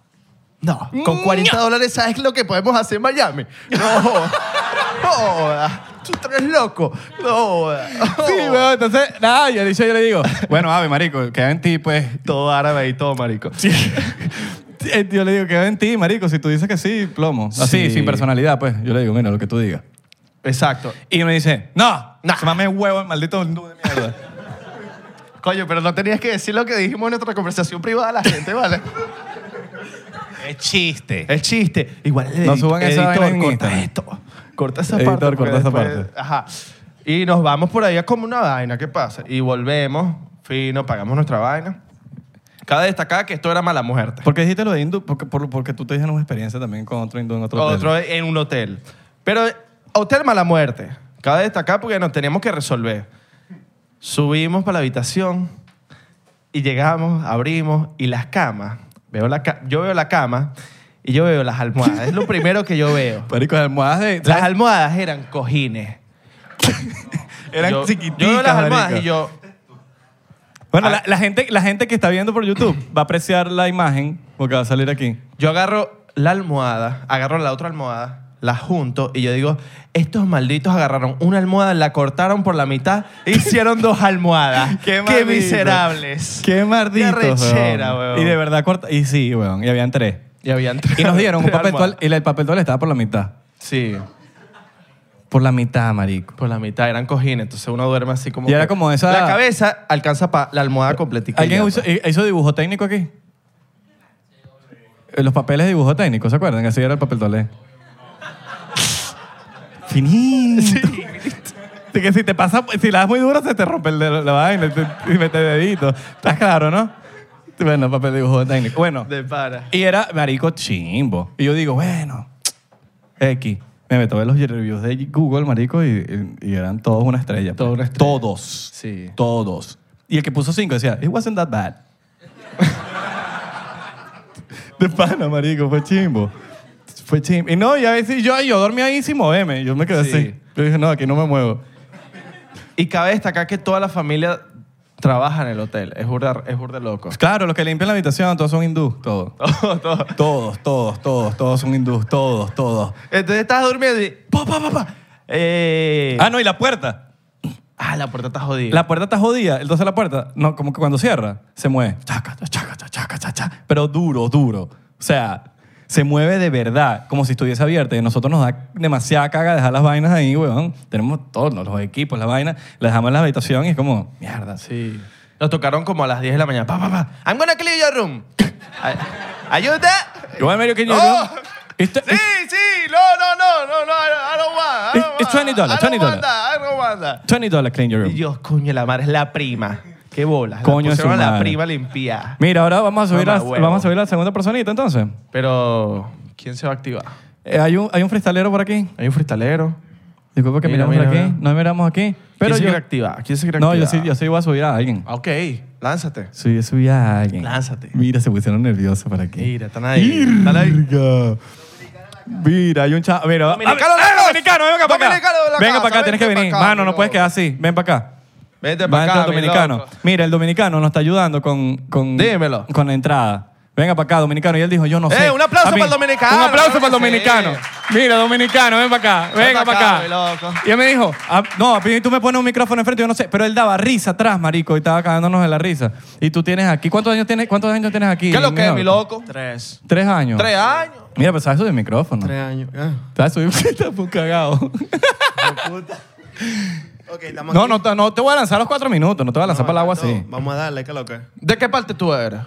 B: No.
C: Con 40 dólares, ¿sabes lo que podemos hacer en Miami? No. No joda. Tú eres loco. No joda.
A: Sí, weón, entonces, nada, yo, le- yo le digo, bueno, Ave, marico, queda en ti, pues,
C: Todo árabe y todo marico.
A: Sí. Eh, Yo le digo, queda en ti, marico. Si tú dices que sí, plomo. Así,
B: Sí.
A: sin personalidad, pues. Yo le digo, mira, lo que tú digas.
B: Exacto.
A: Y me dice, no,
B: Nah.
A: se mame huevo el maldito hindú de mierda.
C: Coño, pero no tenías que decir lo que dijimos en nuestra conversación privada a la gente, ¿vale?
A: es chiste.
B: Es chiste. Igual el
A: No
B: edit-
A: suban esa
B: editor,
A: vaina en
B: corta
A: Instagram.
B: esto. Corta esa
A: Editor,
B: parte. porque
A: corta esa
B: después-
A: parte.
B: Ajá.
C: Y nos vamos por ahí a como una vaina, ¿qué pasa?
B: Y volvemos, fino, pagamos nuestra vaina. Cabe destacar que esto era mala muerte.
A: Porque dijiste lo de hindú, porque, por- porque tú te dijiste una experiencia también con otro hindú en otro, hotel.
B: Otro en un hotel. Pero hotel mala muerte. Cabe destacar porque nos teníamos que resolver. Subimos para la habitación y llegamos, abrimos y las camas. Veo la ca- yo veo la cama y yo veo las almohadas. Es lo primero que yo veo.
A: Marico, las almohadas de...
B: Las almohadas eran cojines.
A: eran
B: Yo-
A: chiquiticas,
B: Yo veo las almohadas
A: marico.
B: y yo,
A: Bueno,
B: Ah.
A: la, la gente, la gente que está viendo por YouTube va a apreciar la imagen porque va a salir aquí.
B: Yo agarro la almohada, agarro la otra almohada, la junto y yo digo, estos malditos agarraron una almohada, la cortaron por la mitad, e hicieron dos almohadas. ¡Qué,
A: maldito.
B: miserables!
A: ¡Qué mardito!
B: rechera, weón.
A: Y de verdad corta... Y sí, weón. Y habían tres.
B: Y habían tres-
A: Y nos dieron un
B: tres
A: papel toal
B: almohadas.
A: y el papel toal estaba por la mitad.
B: Sí,
A: Por la mitad, marico.
B: por la mitad, eran cojines, entonces uno duerme así como...
A: Y era
B: que-
A: como esa-
B: La cabeza alcanza para la almohada completita.
A: ¿Alguien hizo, hizo dibujo técnico aquí? Eh, Los papeles de dibujo técnico, ¿se acuerdan? Así era el papel tolé. Finito. Así que si te pasa, si la das muy duro, se te rompe el dedo- la vaina te- y mete dedito. Estás claro, ¿no? Bueno, papel de dibujo técnico. Bueno.
B: De para.
A: Y era marico chimbo. Y yo digo, bueno, X. Me meto a ver los reviews de Google, marico, y, y- y eran todos una estrella. pues.
B: Todos una estrella.
A: Todos.
B: Sí.
A: Todos. Y el que puso cinco decía, it wasn't that bad. de pana, marico, fue chimbo. Fue chimbo. Y no, y a veces yo, yo dormía ahí sin moverme. Yo me quedé
B: Sí.
A: así. Yo dije, no, aquí no me muevo.
B: Y cabe destacar que toda la familia trabaja en el hotel, es burda, es burda loco.
A: Pues Claro, los que limpian la habitación, todos son hindús, todos. Todos, todos, todos, todos son hindús, todos, todos.
B: Entonces estás durmiendo y... ¡Pa, pa, pa, pa! Eh,
A: Ah, no, y la puerta.
B: Ah, la puerta está jodida.
A: La puerta está jodida, entonces la puerta, no, como que cuando cierra, se mueve. Chaca, cha, chaca, cha, chaca, cha, cha. Pero duro, duro. O sea, se mueve de verdad, como si estuviese abierta. Y a nosotros nos da demasiada caga dejar las vainas ahí, weón. Tenemos todos los equipos, las vainas, las dejamos en la habitación y es como, mierda. sí.
B: Sí. Nos tocaron como a las 10 de la mañana. Pa, pa, pa. I'm gonna clear your room. Ay- Ayuda.
A: Igual, Mario, que yo.
B: ¡Oh!
A: Esto-
B: Sí, sí. No, no, no, no, no. I don't- I don't want. I don't
A: It's- it's
B: want-
A: $20,
B: I don't want
A: $20.
B: that, I don't want that.
A: $20 dollar clean your room.
B: Y Dios, coño, la madre es la prima. Qué bolas. La
A: Coño,
B: pusieron
A: su
B: a la
A: madre.
B: prima limpia.
A: Mira, ahora vamos a subir,
B: Mamá
A: a,
B: huevo.
A: vamos a subir a la segunda personita entonces.
B: Pero, ¿quién se va a activar?
A: Eh, hay, un, hay un freestalero por aquí.
B: Hay un fristalero.
A: Disculpa que
B: Mira,
A: miramos
B: mira,
A: por aquí.
B: mira.
A: No miramos aquí. Pero
B: ¿Quién se
A: yo,
B: quiere activar? ¿Quién se quiere
A: no, yo
B: activar?
A: sí, yo sí voy a subir a alguien.
B: Ah, Ok, lánzate.
A: Subí, subí a alguien.
B: Lánzate.
A: Mira, se pusieron nerviosos para aquí.
B: Mira, están ahí. Están ahí.
A: Mira. Mira, hay un chavo. Mira,
B: Dominicano,
A: ¡Ah,
B: lejos!
A: dominicano, venga para acá.
B: Dominicano de la
A: venga
B: casa,
A: para acá, tienes que
B: vente pa'
A: venir.
B: acá,
A: Mano,
B: mi
A: no puedes
B: loco.
A: quedar así. Ven para acá. Va
B: Vente
A: a
B: para
A: entrar
B: acá,
A: el
B: mi
A: dominicano.
B: loco.
A: Mira, el dominicano nos está ayudando con. con
B: Dímelo.
A: Con la entrada. venga para acá, dominicano. Y él dijo, yo no sé.
B: ¡Eh, un aplauso
A: A mí-
B: para el dominicano!
E: Un aplauso para el
B: Claro que
E: dominicano. Mira, dominicano, ven para acá. Venga
B: pa'
E: para
B: acá,
E: acá.
B: mi loco.
E: Y él me dijo,
A: Ah, no, a mí tú me pones un micrófono enfrente, yo no sé. Pero él daba risa atrás, marico, y estaba cagándonos de la risa. Y tú tienes aquí, ¿cuántos años tienes, cuántos años tienes aquí?
B: ¿Qué es lo que es,
A: Miguel?
B: mi loco? Tres.
A: Tres años.
B: Tres años.
A: Mira, pues sabes eso de micrófono.
C: Tres años. Ah,
A: Sabes eso de un cagado.
C: puta. ok, estamos
A: No,
C: aquí.
A: no, te- no te voy a lanzar los cuatro minutos, no te voy a lanzar para el agua así.
C: No, Vamos a darle, ¿qué es lo que?
B: ¿De qué parte tú eres?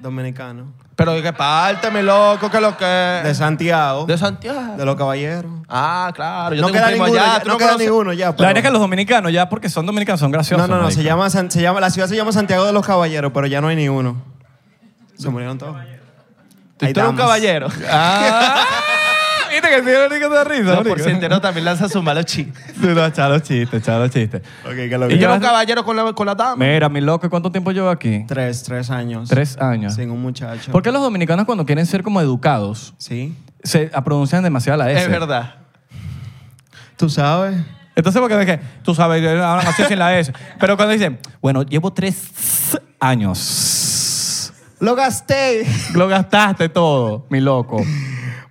C: Dominicano.
B: Pero de qué parte, mi loco, ¿qué es lo que
C: De
B: es?
C: Santiago.
B: Eh. De Santiago.
C: De los caballeros.
B: Ah, claro. Yo
C: no
B: tengo
C: queda
B: un primo
C: ninguno
B: allá.
C: ya,
B: ¿tú
C: no queda
B: conoces?
C: ninguno ya.
A: La
C: pero-
A: verdad es que los dominicanos, ya porque son dominicanos, son
C: No,
A: graciosos.
C: no, no,
A: marico.
C: se llama, San- se llama, la ciudad se llama Santiago de los Caballeros, pero ya no hay ni uno. Se murieron todos.
B: Tú eres
C: Hay
B: un
C: damas.
B: caballero.
A: Ah, ¿Viste que sí, marico, te da risa,
B: No,
A: marico?
B: por si entero también lanza su malo chiste.
A: Sí, no, echar los chistes, echar los chistes.
C: Ok, ¿qué es lo
A: Y
C: que?
B: ¿Y yo
A: yo-
B: un caballero con la, con la dama?
A: Mira, mi loco, ¿cuánto tiempo llevo aquí?
C: Tres, tres años.
A: Tres años.
C: Sin un muchacho.
A: ¿Por qué los dominicanos cuando quieren ser como educados
C: Sí.
A: se a- pronuncian demasiado la S?
B: Es verdad.
C: Tú sabes.
A: Entonces, porque es que, tú sabes, yo ahora no sé si la S. Pero cuando dicen, bueno, llevo tres años.
C: Lo gasté.
A: Lo gastaste todo, mi loco.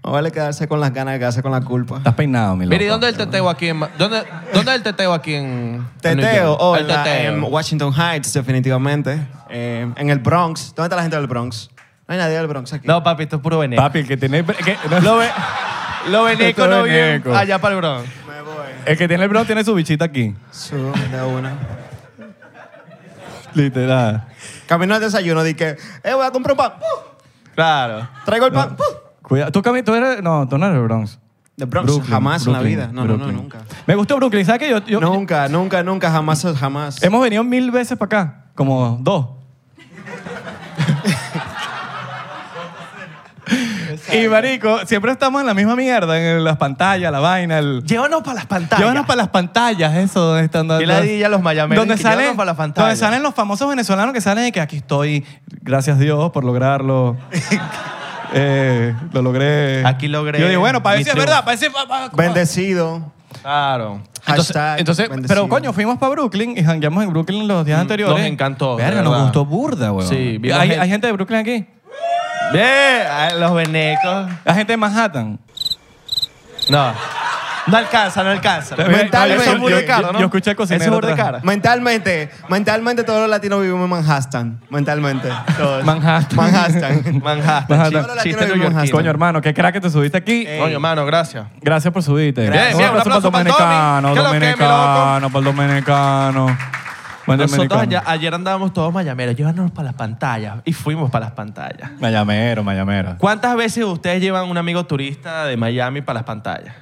C: No vale quedarse con las ganas, quedarse con la culpa.
A: Estás peinado, mi loco.
B: Mira, ¿y dónde es el teteo aquí en... Ma- ¿Dónde, dónde es el teteo aquí en... en New
C: Teteo,
B: York?
C: o
B: el
C: en, la-
B: teteo.
C: en em, Washington Heights, definitivamente. Eh, en el Bronx. ¿Dónde está la gente del Bronx? No hay nadie del Bronx aquí.
B: No, papi, esto es puro veneno.
A: Papi, el que tiene... que-
B: Lo, ve, lo veneco no
A: Esto es
B: viene
A: veneco.
B: allá para el Bronx.
C: Me voy.
A: el que tiene el bro tiene su bichita aquí.
C: Subo de una.
A: Literal.
C: Camino al desayuno, di que, eh, voy a comprar un pan. ¡Puf!
B: Claro.
C: Traigo el pan. ¡Puf!
A: Cuidado. ¿Tú, Cami, tú eres... No, tú no eres del Bronx.
C: De Bronx,
A: Brooklyn,
C: jamás
A: Brooklyn,
C: en la vida. No, no, no,
A: Brooklyn.
C: nunca.
A: Me gustó Brooklyn. ¿Sabes qué? Yo, Em, yo-
C: Nunca, nunca, nunca, jamás, jamás.
A: Hemos venido mil veces para acá, como dos. y marico, siempre estamos en la misma mierda, en las pantallas, la vaina, el...
B: Llévanos para las pantallas.
A: Llévanos para las pantallas, eso, donde están
B: Y la di ya los mayameros.
A: donde,
B: que
A: salen,
B: llévanos para las pantallas.
A: donde salen los famosos venezolanos que salen y que aquí estoy, gracias Dios por lograrlo. Eh, lo logré.
B: Aquí logré
A: Yo digo, bueno, para ver
B: mi
A: si es
B: triunfo.
A: verdad, para ver si... pa- pa-
C: Bendecido.
B: Claro.
A: Entonces,
C: Hashtag
A: entonces,
C: bendecido.
A: pero coño, fuimos para Brooklyn y jangueamos en Brooklyn los días anteriores.
B: Mm, nos encantó,
A: Verga,
B: de
A: nos
B: verdad.
A: gustó burda, weón.
B: Sí, vimos
A: ¿Hay,
B: gente-
A: hay gente de Brooklyn aquí?
B: Bien, ay, los venecos.
A: ¿Hay gente de Manhattan?
B: No. No alcanza, no alcanza.
C: Mentalmente.
B: Eso es burda de caro, ¿no?
A: Yo escuché al cocinero
B: Eso es burda de
A: atrás.
B: cara.
C: Mentalmente, mentalmente todos los latinos vivimos en Manhattan. Mentalmente. Todos.
A: Manhattan.
C: Manhattan.
B: Manhattan.
A: Manhattan.
B: Chiste- Chiste,
C: Manhattan.
B: neoyorquino.
A: Coño, hermano, qué crack que te subiste aquí.
B: Coño, mano, gracias.
A: Gracias por subirte.
B: Gracias. Bien,
A: Un aplauso para el
B: un aplauso para
A: dominicano,
B: Tommy. ¿Qué es lo que, mi
A: dominicano, para el dominicano. Buen
B: Nosotros
A: dominicano.
B: allá- ayer andábamos todos mayameros, llévanos para las pantallas. Y fuimos para las pantallas.
A: Mayamero, mayamero.
B: ¿Cuántas veces ustedes llevan un amigo turista de Miami para las pantallas?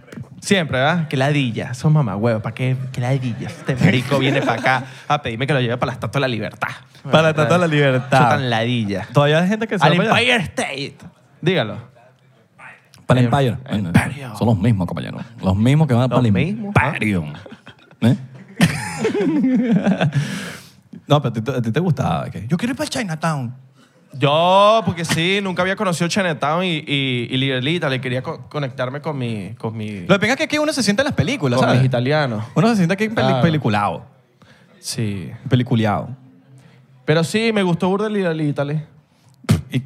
B: Siempre. Siempre, ¿verdad? Que ladilla. Son mamagüeos. ¿Para qué? Que ladilla. Este marico viene para acá a pedirme que lo lleve para la Estatua de la Libertad.
A: Para la Estatua de la Libertad.
B: Son tan ladilla.
A: Todavía hay gente que se
B: Al
A: va para allá?
B: Empire State. Dígalo.
A: Para el Empire.
B: Empire.
A: Bueno, Son los mismos, compañeros. Los mismos que van para el
B: mismos.
A: Empire. ¿Eh? no, pero a ti, te- a ti te gustaba. ¿qué? Yo quiero ir para Chinatown.
B: Yo, porque sí, nunca había conocido Chinatown y, y, y Lirelita. Le quería co- conectarme con mi... Con mi
A: Lo que pasa es que aquí uno se siente en las películas,
B: con mis
A: ¿sabes?
B: italianos.
A: Uno se siente aquí peli-
B: Claro.
A: peliculado.
B: Sí.
A: Peliculeado.
B: Pero sí, me gustó Burda Little Italy.
A: Y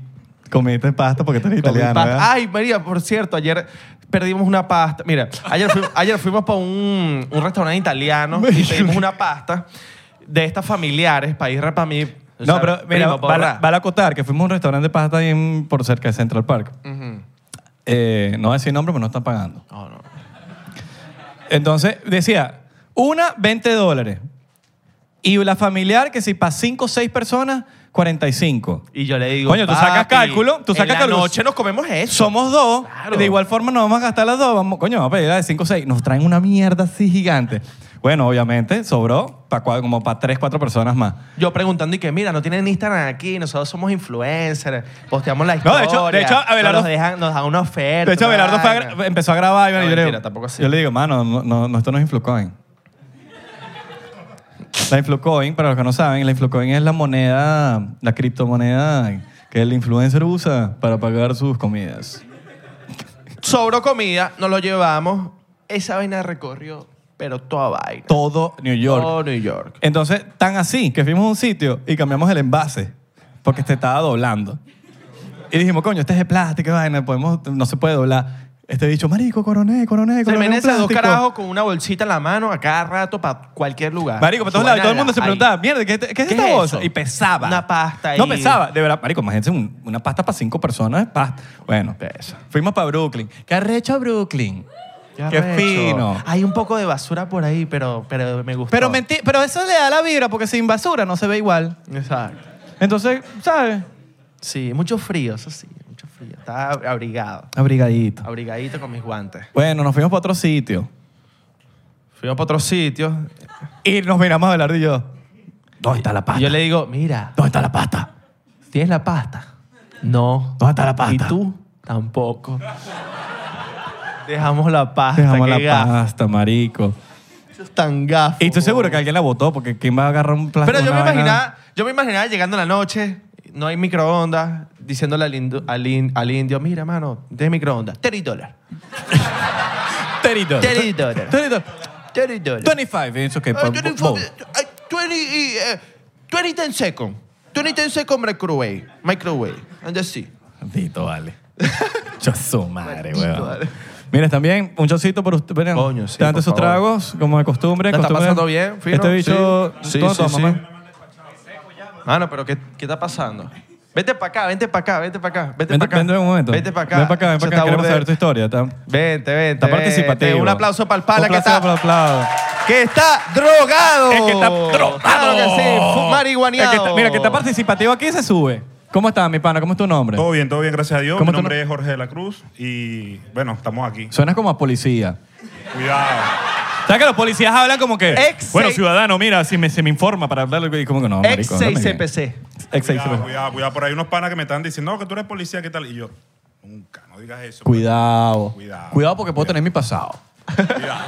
A: comiste pasta porque tú eres
B: Comí
A: italiano.
B: pasta.
A: ¿verdad?
B: Ay, María, por cierto, ayer perdimos una pasta. Mira, ayer, fui- ayer fuimos para un, un restaurante italiano y pedimos una pasta de estas familiares para ir para mí. o
A: No,
B: sea,
A: pero mira,
B: primo,
A: vale,
B: porra.
A: vale acotar que fuimos a un restaurante de pasta ahí en- por cerca de Central Park. Eh, no voy a decir nombre, pero no están pagando.
B: Oh, No, no.
A: Entonces decía, una, 20 dólares. Y la familiar, que si para 5 o 6 personas, 45.
B: Y yo le digo,
A: Coño, tú sacas
B: "Papi,
A: cálculo, tú sacas
B: en la
A: cálculo".
B: noche nos comemos eso.
A: Somos dos.
B: Claro.
A: De igual forma, no vamos a gastar las dos. Vamos, coño, vamos a pedir la de 5 o 6. Nos traen una mierda así gigante. Bueno, obviamente, sobró pa' cua- como para 3, 4 personas más.
B: Yo preguntando y que, mira, no tienen Instagram aquí, nosotros somos influencers, posteamos la
A: No,
B: historia.
A: de hecho- de hecho, Abelardo-
B: Nos, dejan, nos dan una oferta.
A: De hecho,
B: una
A: Abelardo fue a
B: vaina.
A: gra- empezó a grabar. Y
B: No,
A: yo, le digo,
B: mentira, tampoco así.
A: yo le digo, mano, no, no, no, esto no es Influcoin. La Influcoin, para los que no saben, la Influcoin es la moneda, la criptomoneda que el influencer usa para pagar sus comidas.
B: Sobró comida, nos lo llevamos. Esa vaina recorrió, pero toda vaina.
A: Todo New York.
B: Todo New York.
A: Entonces, tan así que fuimos a un sitio y cambiamos el envase porque te estaba este doblando. Y dijimos, coño, este es de plástico, vaina, podemos, no se puede doblar. Este bicho, marico, coroné, coroné,
B: Se
A: coroné. un
B: ven esos dos
A: plástico".
B: carajos con una bolsita en la mano a cada rato para cualquier lugar.
A: Marico, por todos
B: Su
A: lados. Y Todo el
B: banana
A: mundo se
B: ahí.
A: preguntaba, mierda, ¿qué, Ah, qué es
B: ¿Qué
A: esta
B: es
A: bolsa?
B: eso?
A: Y pesaba.
B: Una pasta
A: No
B: ahí.
A: pesaba, de verdad. Marico, imagínense un- una pasta para cinco personas, es pasta. Bueno, fuimos para Brooklyn. ¿Qué arrecho Brooklyn?
B: Ya
A: Qué
B: recho.
A: fino.
B: Hay un poco de basura por ahí, pero, pero me gusta.
A: Pero, menti- pero eso le da la vibra porque sin basura no se ve igual.
B: Exacto.
A: Entonces, ¿sabes?
B: Sí, mucho frío, eso sí, mucho frío. Estaba abrigado,
A: Abrigadito.
B: abrigadito con mis guantes.
A: Bueno, nos fuimos para otro sitio.
B: Fuimos para otro sitio.
A: Y nos miramos a hablar y yo. ¿Dónde está la pasta?
B: Y yo le digo, mira,
A: ¿Dónde está la pasta?
B: ¿tienes la pasta? No.
A: ¿Dónde está la pasta?
B: ¿Y tú? Tampoco. Dejamos la pasta.
A: Dejamos la
B: qué gafo.
A: pasta, marico.
C: Eso es tan gafo.
A: Y estoy seguro que alguien la botó porque ¿quién va a agarrar un plástico?
B: Oh. Pero yo
A: una
B: me
A: vaina?
B: imaginaba, yo me imaginaba llegando en la noche, no hay microondas, diciéndole al, indu- al, in- al indio, mira, mano, de microondas, 30 dólares.
A: Territorio.
B: 30 dólares.
A: Territorio.
B: 30 dólares.
A: 25, it's okay.
B: Ah,
A: but-
B: 20
A: boom.
B: ah, 20 y, eh, 20 10 seconds. 20 10 seconds microwave. Microwave. And así.
A: Maldito, vale. Yo su madre,
B: Maldito,
A: weón.
B: vale.
A: Mira, también un chocito por usted. Bueno,
B: Coño, sí,
A: tanto
B: por
A: esos
B: favor.
A: tragos, como de costumbre.
B: ¿La está
A: costumbre.
B: pasando bien, fino?
A: Este bicho,
B: Sí.
A: todo toma,
B: Sí,
A: pues.
B: sí, sí.
A: man.
B: Mano, Ah, pero ¿qué, qué está pasando? Vente para acá, vente para acá, vente para acá, vente
A: Vente,
B: para acá.
A: vente un momento.
B: Vente para acá.
A: Ven para acá, ven
B: Se
A: para
B: está
A: acá. Queremos
B: burde-
A: saber tu historia. Está,
B: Vente, vente.
A: está participativo.
B: vente. Un aplauso para el
A: Un
B: pala que
A: aplauso
B: está,
A: para el pala.
B: que está drogado.
A: El que está drogado.
B: Claro que sí, fu-
A: El que
B: marihuaneado.
A: está- Mira, el que está participativo aquí se sube. ¿Cómo estás, mi pana? ¿Cómo es tu nombre?
F: Todo bien, todo bien, gracias a Dios.
A: ¿Cómo
F: Mi
A: tú
F: nombre
A: no-
F: es Jorge de la Cruz y bueno, estamos aquí.
A: Suenas como a policía.
F: Cuidado.
A: ¿Sabes que los policías hablan como que?
B: Ex-
A: bueno,
B: seis-
A: ciudadano, mira, si me, se me informa para hablarle. Y como que no,
B: Ex
A: marico, háblame
B: 6
A: bien.
B: CPC.
A: Ex seis
F: Cuidado,
A: CPC.
F: cuidado, cuidado. Por ahí unos panas que me están diciendo, no, que tú eres policía, ¿qué tal? Y yo, nunca, no digas eso.
A: Cuidado.
F: Cuidado.
A: Cuidado porque puedo tener mi pasado.
F: Cuidado.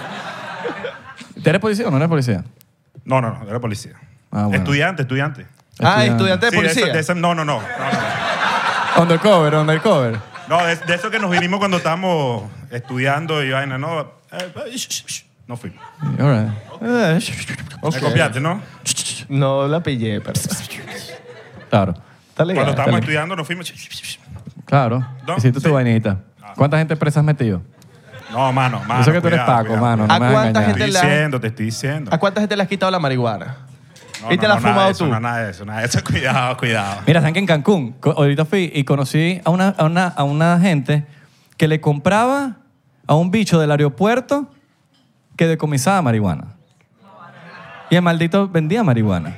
A: ¿Te eres policía o no eres policía?
F: pues. No, no, no, era policía.
A: Ah, bueno.
F: Estudiante, estudiante.
B: Ah, estudiante de
F: Sí, de
B: policía.
F: eso- de eso- no, no, no. No, no.
A: Undercover, undercover.
F: No, de, de eso que nos vinimos cuando estábamos estudiando y vaina, no. Eh, eh, sh- sh- sh. No fui.
A: All right. Eh, sh- sh- sh-
F: Me copiaste, ¿no?
C: No la pillé, pero.
A: Claro.
C: Está legal.
F: Cuando estábamos
A: dale.
F: estudiando nos fuimos. sh- sh- sh.
A: Claro.
F: No,
A: Hiciste tu
F: sí.
A: vainita. ¿Cuánta gente presa has metido?
F: No, mano, mano.
A: Yo sé que tú eres
F: cuidado,
A: Paco,
F: cuidado.
A: mano. No
B: ¿A
A: me vas a
B: cuánta
A: engañar.
F: Te
B: gente
F: estoy
B: la-
F: diciendo, te estoy diciendo.
B: ¿A cuánta gente le has quitado la marihuana?
F: No,
B: ¿Y
F: no,
B: te la has
F: no, nada
B: fumado
F: de eso,
B: tú?
F: No, nada de eso, nada de eso. Cuidado, cuidado.
A: Mira, ¿saben que en Cancún? co- Ahorita fui y conocí a una, a, una, a una gente que le compraba a un bicho del aeropuerto que decomisaba marihuana. Y el maldito vendía marihuana.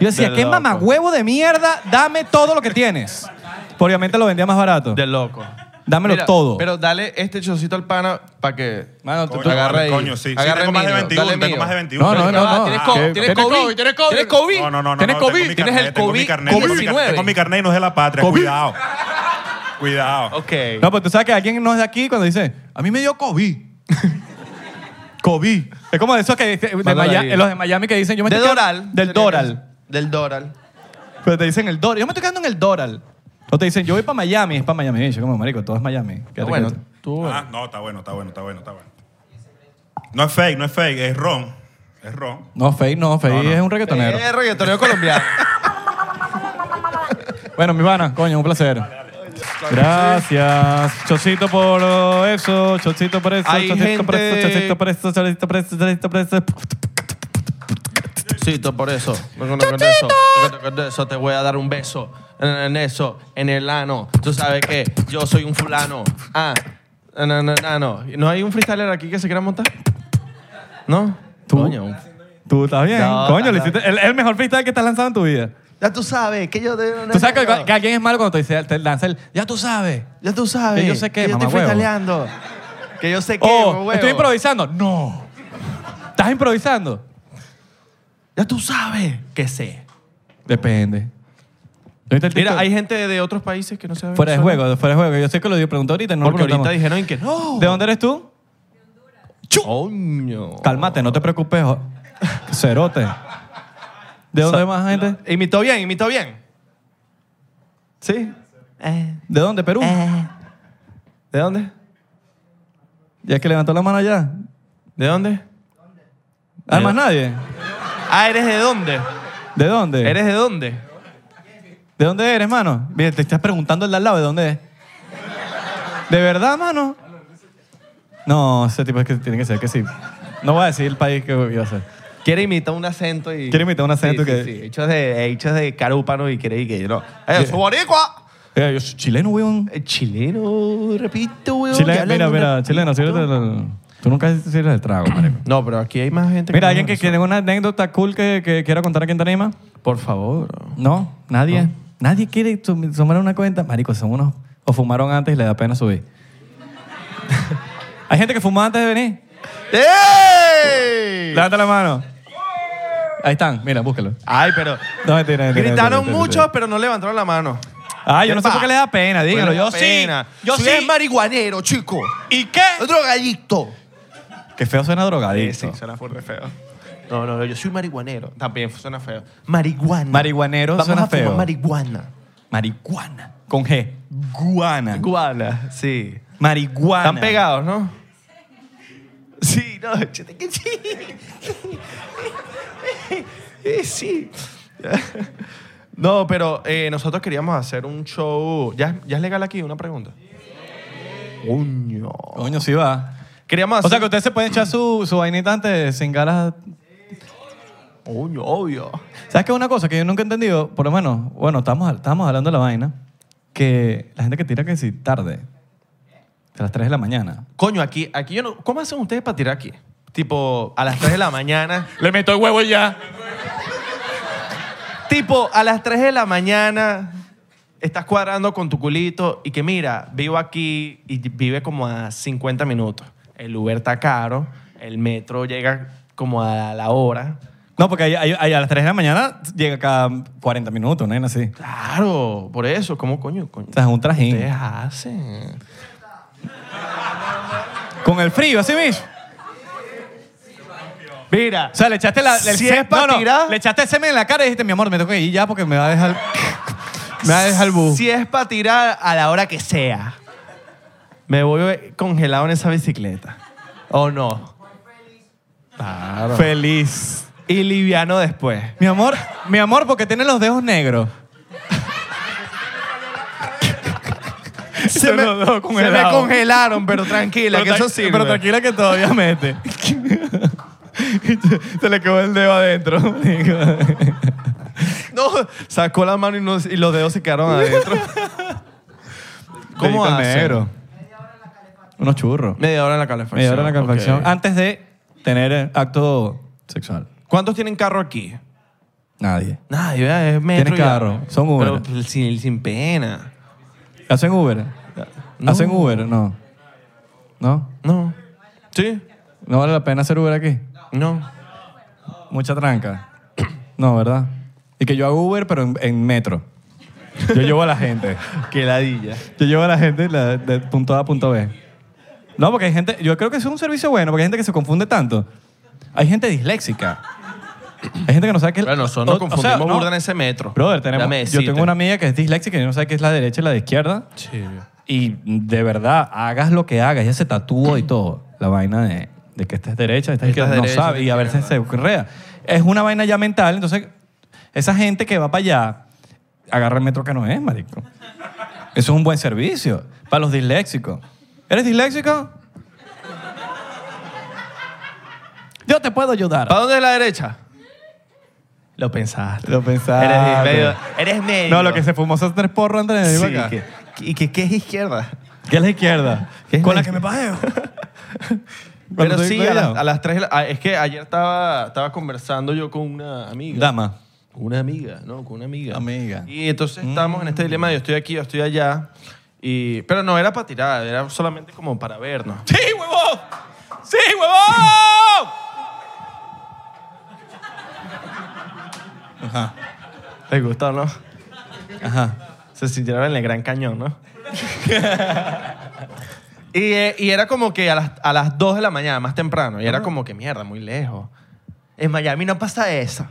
A: Yo decía,
B: De
A: ¿qué
B: loco.
A: mamagüevo de mierda? Dame todo lo que tienes. Porque obviamente lo vendía más barato.
B: De loco.
A: Dámelo
B: Mira,
A: todo.
B: Pero dale este chocito al pana para que.
A: Mano, tú-
F: Coño,
A: tú-
B: agarra
F: vale,
B: ahí.
F: Coño, sí. sí,
B: Agarra
F: tengo
B: el
F: más de
B: mío,
F: 21,
B: dale
F: tengo
B: mío.
F: más de 21.
A: No, no,
F: Tengo-
A: no, no.
B: Tienes,
A: Ah,
B: co-
A: ¿qué-
B: tienes
A: tienes
B: COVID,
A: COVID?
B: tienes COVID, tienes COVID.
F: No, no, no, no.
B: Tienes
F: no,
B: COVID,
F: tengo mi
B: tienes el
F: carnet, tengo mi
B: COVID.
F: carnet, tengo mi car-
B: 19.
F: Tengo mi carnet y no es de la patria.
B: COVID.
F: Cuidado. Cuidado.
B: Ok.
A: No, pero tú sabes que alguien no es de aquí cuando dice, a mí me dio COVID. COVID. Es como de esos que de
B: Mándala
A: Maya-
B: ahí.
A: los de Miami que dicen, yo me
B: Del
A: estoy quedando-
B: Doral.
A: Del Doral.
B: Del Doral.
A: Pero te dicen el Doral. Yo me estoy quedando en el Doral. O te dicen, yo voy para Miami, es para Miami. Y yo como, marico, todo es Miami. Quédate
B: bueno,
A: quieto.
B: tú.
F: Ah, no, está bueno, está bueno, está bueno, está bueno. No es fake, no es fake, es ron. Es ron.
A: No, Fey no, Fey
F: No, no.
A: es un reggaetonero.
B: Eh, reggaetonero colombiano.
A: Bueno, mi pana, coño, un placer. Gracias. Chocito por eso, chocito por eso,
B: Hay
A: chocito por eso,
B: gente-
A: chocito por eso, chocito por eso, chocito por eso.
B: Sí, tú por eso. No, no, con eso. Con eso te voy a dar un beso. En, en eso, en el ano. Tú sabes que yo soy un fulano. Ah, no, no, no, no. ¿No hay un freestyler aquí que se quiera montar? ¿No?
A: ¿Tú?
B: Coño, un-
A: Tú estás bien.
B: No,
A: coño, le
B: no.
A: hiciste el, el mejor freestyle que estás lanzado en tu vida.
C: Ya tú sabes que yo.
A: Tú sabes que, que alguien es malo cuando te dice, te lanza el, ya tú sabes.
C: Ya tú sabes.
A: Que yo sé qué,
C: yo estoy
A: mamá huevo.
C: freestyleando. Que yo sé qué, mamá
A: Oh,
C: huevo.
A: estoy improvisando. No. ¿Estás improvisando?
B: ya tú sabes que sé.
A: Depende. ¿No viste el
B: Mira,
A: TikTok?
B: hay gente de otros países que no sabe.
A: Fuera de
B: Venezuela.
A: juego, fuera de juego. Yo sé que lo dio preguntó ahorita. No lo
B: Porque ahorita
A: preguntamos.
B: dijeron en que no.
A: ¿De dónde eres tú?
B: Coño.
A: Cálmate, no te preocupes. jo- Cerote. ¿De dónde más gente?
B: Imitó bien, imitó bien.
C: Sí.
A: ¿De dónde? Perú.
B: ¿De dónde?
A: Ya que levantó la mano allá.
B: ¿De dónde?
A: ¿Hay más nadie?
B: Ah, ¿eres de dónde?
A: ¿De dónde?
B: ¿Eres de dónde?
A: ¿De dónde eres, mano? Mira, te estás preguntando el de al lado de dónde es. ¿De verdad, mano? No, ese tipo es que tiene que ser que sí. No voy a decir el país que iba a ser.
B: Quiere imitar un acento y.
A: Quiere imitar un acento
B: Sí, sí,
A: que-
B: Sí, hechos de, hechos de carúpano y quiere y que no. ¡Eh, soy boricua!
A: Eh, yo soy chileno, weón.
B: Eh, Chileno, repito, weón. que
A: Chileno,
B: hablan
A: mira,
B: una-
A: mira, chileno, sírvete el- Tú nunca sirves el trago, marico.
B: No, pero aquí hay más gente.
A: Mira,
B: no
A: alguien que
B: merece.
A: tiene una anécdota cool que, que quiera contar aquí en Tanima.
B: Por favor.
A: No, nadie. Nadie quiere tom- tomar una cuenta. Marico, son unos. O fumaron antes y le da pena subir. Hay gente que fumó antes de venir.
B: ¡Ey!
A: Levanta la mano. Ahí están, mira, búscalo.
B: Ay, pero.
A: No, mentira, mentira,
B: Gritaron
A: mentira, mentira,
B: muchos,
A: mentira.
B: pero no levantaron la mano.
A: Ah, yo no sé
B: Epa.
A: por qué le da pena, díganlo.
B: Pues le da
A: Yo sí.
B: pena.
A: Yo
B: Soy
A: sí.
B: el
C: marihuanero, chico.
A: ¿Y qué?
C: Drogadicto.
A: Qué feo suena drogadicto.
B: Sí, suena fuerte feo. No, no, yo soy marihuanero. También suena feo. Marihuana.
A: Marihuanero
B: Vamos
A: suena
B: a fumar
A: feo.
B: marihuana.
A: Marihuana. Con G. Guana.
B: Guala, sí.
A: Marihuana.
B: Están pegados, ¿no? Sí, no, chete que sí. Eh, Sí. No, pero eh, nosotros queríamos hacer un show. ¿Ya, ya es legal aquí? Una pregunta. Coño.
A: Coño, sí va.
B: Queríamos hacer.
A: O sea que ustedes se pueden echar su, su vainita antes sin galas
B: Coño, obvio.
A: ¿Sabes qué? Una cosa que yo nunca he entendido, por lo menos, bueno, estamos, estamos hablando de la vaina, que la gente que tira que si tarde, a las 3 de la mañana.
B: Coño, aquí, aquí yo no. ¿Cómo hacen ustedes para tirar aquí? Tipo, a las 3 de la mañana.
E: Le meto el huevo y ya.
B: Tipo, a las 3 de la mañana estás cuadrando con tu culito y que mira, vivo aquí y vive como a 50 minutos. El Uber está caro, el metro llega como a la hora.
A: No, porque ahí- ahí- ahí a las 3 de la mañana llega cada 40 minutos, ¿no? Así.
B: Claro, por eso, ¿cómo coño? coño?
A: O sea, es un trajín.
B: Ustedes hacen.
A: Con el frío, así mismo.
B: Mira,
A: O sea, le echaste la, el
B: Si es
A: sem-
B: pa'
A: no, no,
B: tirar-
A: le echaste semen en la cara y dijiste, mi amor, me tengo que ir ya porque me va a dejar... me va a dejar el bus.
B: si es para tirar a la hora que sea, me voy congelado en esa bicicleta. ¿O no? Claro.
A: Feliz.
B: Y liviano después.
A: Mi amor, mi amor, porque tiene los dedos negros.
B: Se me,
A: Los dedos
B: se me
A: congelados.
B: congelaron, pero tranquila,
A: Pero
B: que eso
A: tra-
B: sirve.
A: Pero tranquila que todavía mete. Se le quedó el dedo adentro.
B: No, sacó la mano y, no- y los dedos se quedaron adentro. ¿Cómo
A: Dedito
B: hacen?
A: negro. Unos churros.
B: Media hora en la calefacción.
A: Media hora en la calefacción.
B: ok.
A: Antes de tener eh, acto sexual.
B: ¿Cuántos tienen carro aquí?
A: Nadie.
B: Nadie, ¿verdad? es metro.
A: Tienen
B: ya.
A: carro, son Uber.
B: Pero sin, sin pena.
A: ¿Hacen Uber?
B: No.
A: ¿Hacen Uber? No. ¿No?
B: No. ¿Sí?
A: ¿No vale la pena hacer Uber aquí?
B: No.
A: Mucha tranca. No, ¿verdad? Y que yo hago Uber, pero en, en metro. Yo llevo a la gente.
B: Qué ladilla.
A: Yo llevo a la gente la- de punto A a punto B. No, porque hay gente, yo creo que es un servicio bueno, porque hay gente que se confunde tanto. Hay gente disléxica. Hay gente que no sabe qué es...
B: Bueno, nosotros
A: o-
B: nos
A: o sea,
B: confundimos
A: no.
B: burda en ese metro.
A: Brother, tenemos,
B: Dame
A: yo tengo
B: decirte.
A: una amiga que es disléxica y no sabe qué es la derecha y la de izquierda.
B: Sí.
A: Y de verdad, hagas lo que hagas, ella se tatúa y todo. La vaina de, de que esta es derecha, esta es
B: Esta es
A: izquierda, no
B: derecha,
A: sabe. Y a veces se
B: izquierda.
A: correa. Es una vaina ya mental. Entonces, esa gente que va para allá, agarra el metro que no es, marico. Eso es un buen servicio para los disléxicos. ¿Eres disléxico? Yo te puedo ayudar.
B: ¿Para dónde es la derecha? Lo pensaste.
A: Lo pensaste.
B: Eres medio. Eres medio.
A: No, lo que se fumó esos tres porros antes de venir
B: Sí,
A: para acá.
B: que- ¿Y que, qué es izquierda?
A: ¿Qué es la izquierda?
B: ¿Qué es
A: Con
B: la
A: la que me paseo. Cuando
B: Pero
A: estoy
B: sí, a las,
A: rayado.
B: a las 3 ah, Es que ayer estaba, estaba conversando yo con una amiga.
A: Dama.
B: Una amiga, ¿no? Con una amiga.
A: Amiga. Mm.
B: Y entonces estábamos en este dilema de yo estoy aquí, yo estoy allá. Y, pero no era para tirar, era solamente como para vernos.
A: ¡Sí, huevón! ¡Sí, huevón!
B: ¿Les gustó, no?
A: Ajá.
B: Se sintieron en el Gran Cañón, ¿no? y, eh, y era como que a las, a las 2 de la mañana, más temprano. Y
A: Ah.
B: era como que mierda, muy lejos. En Miami no pasa eso.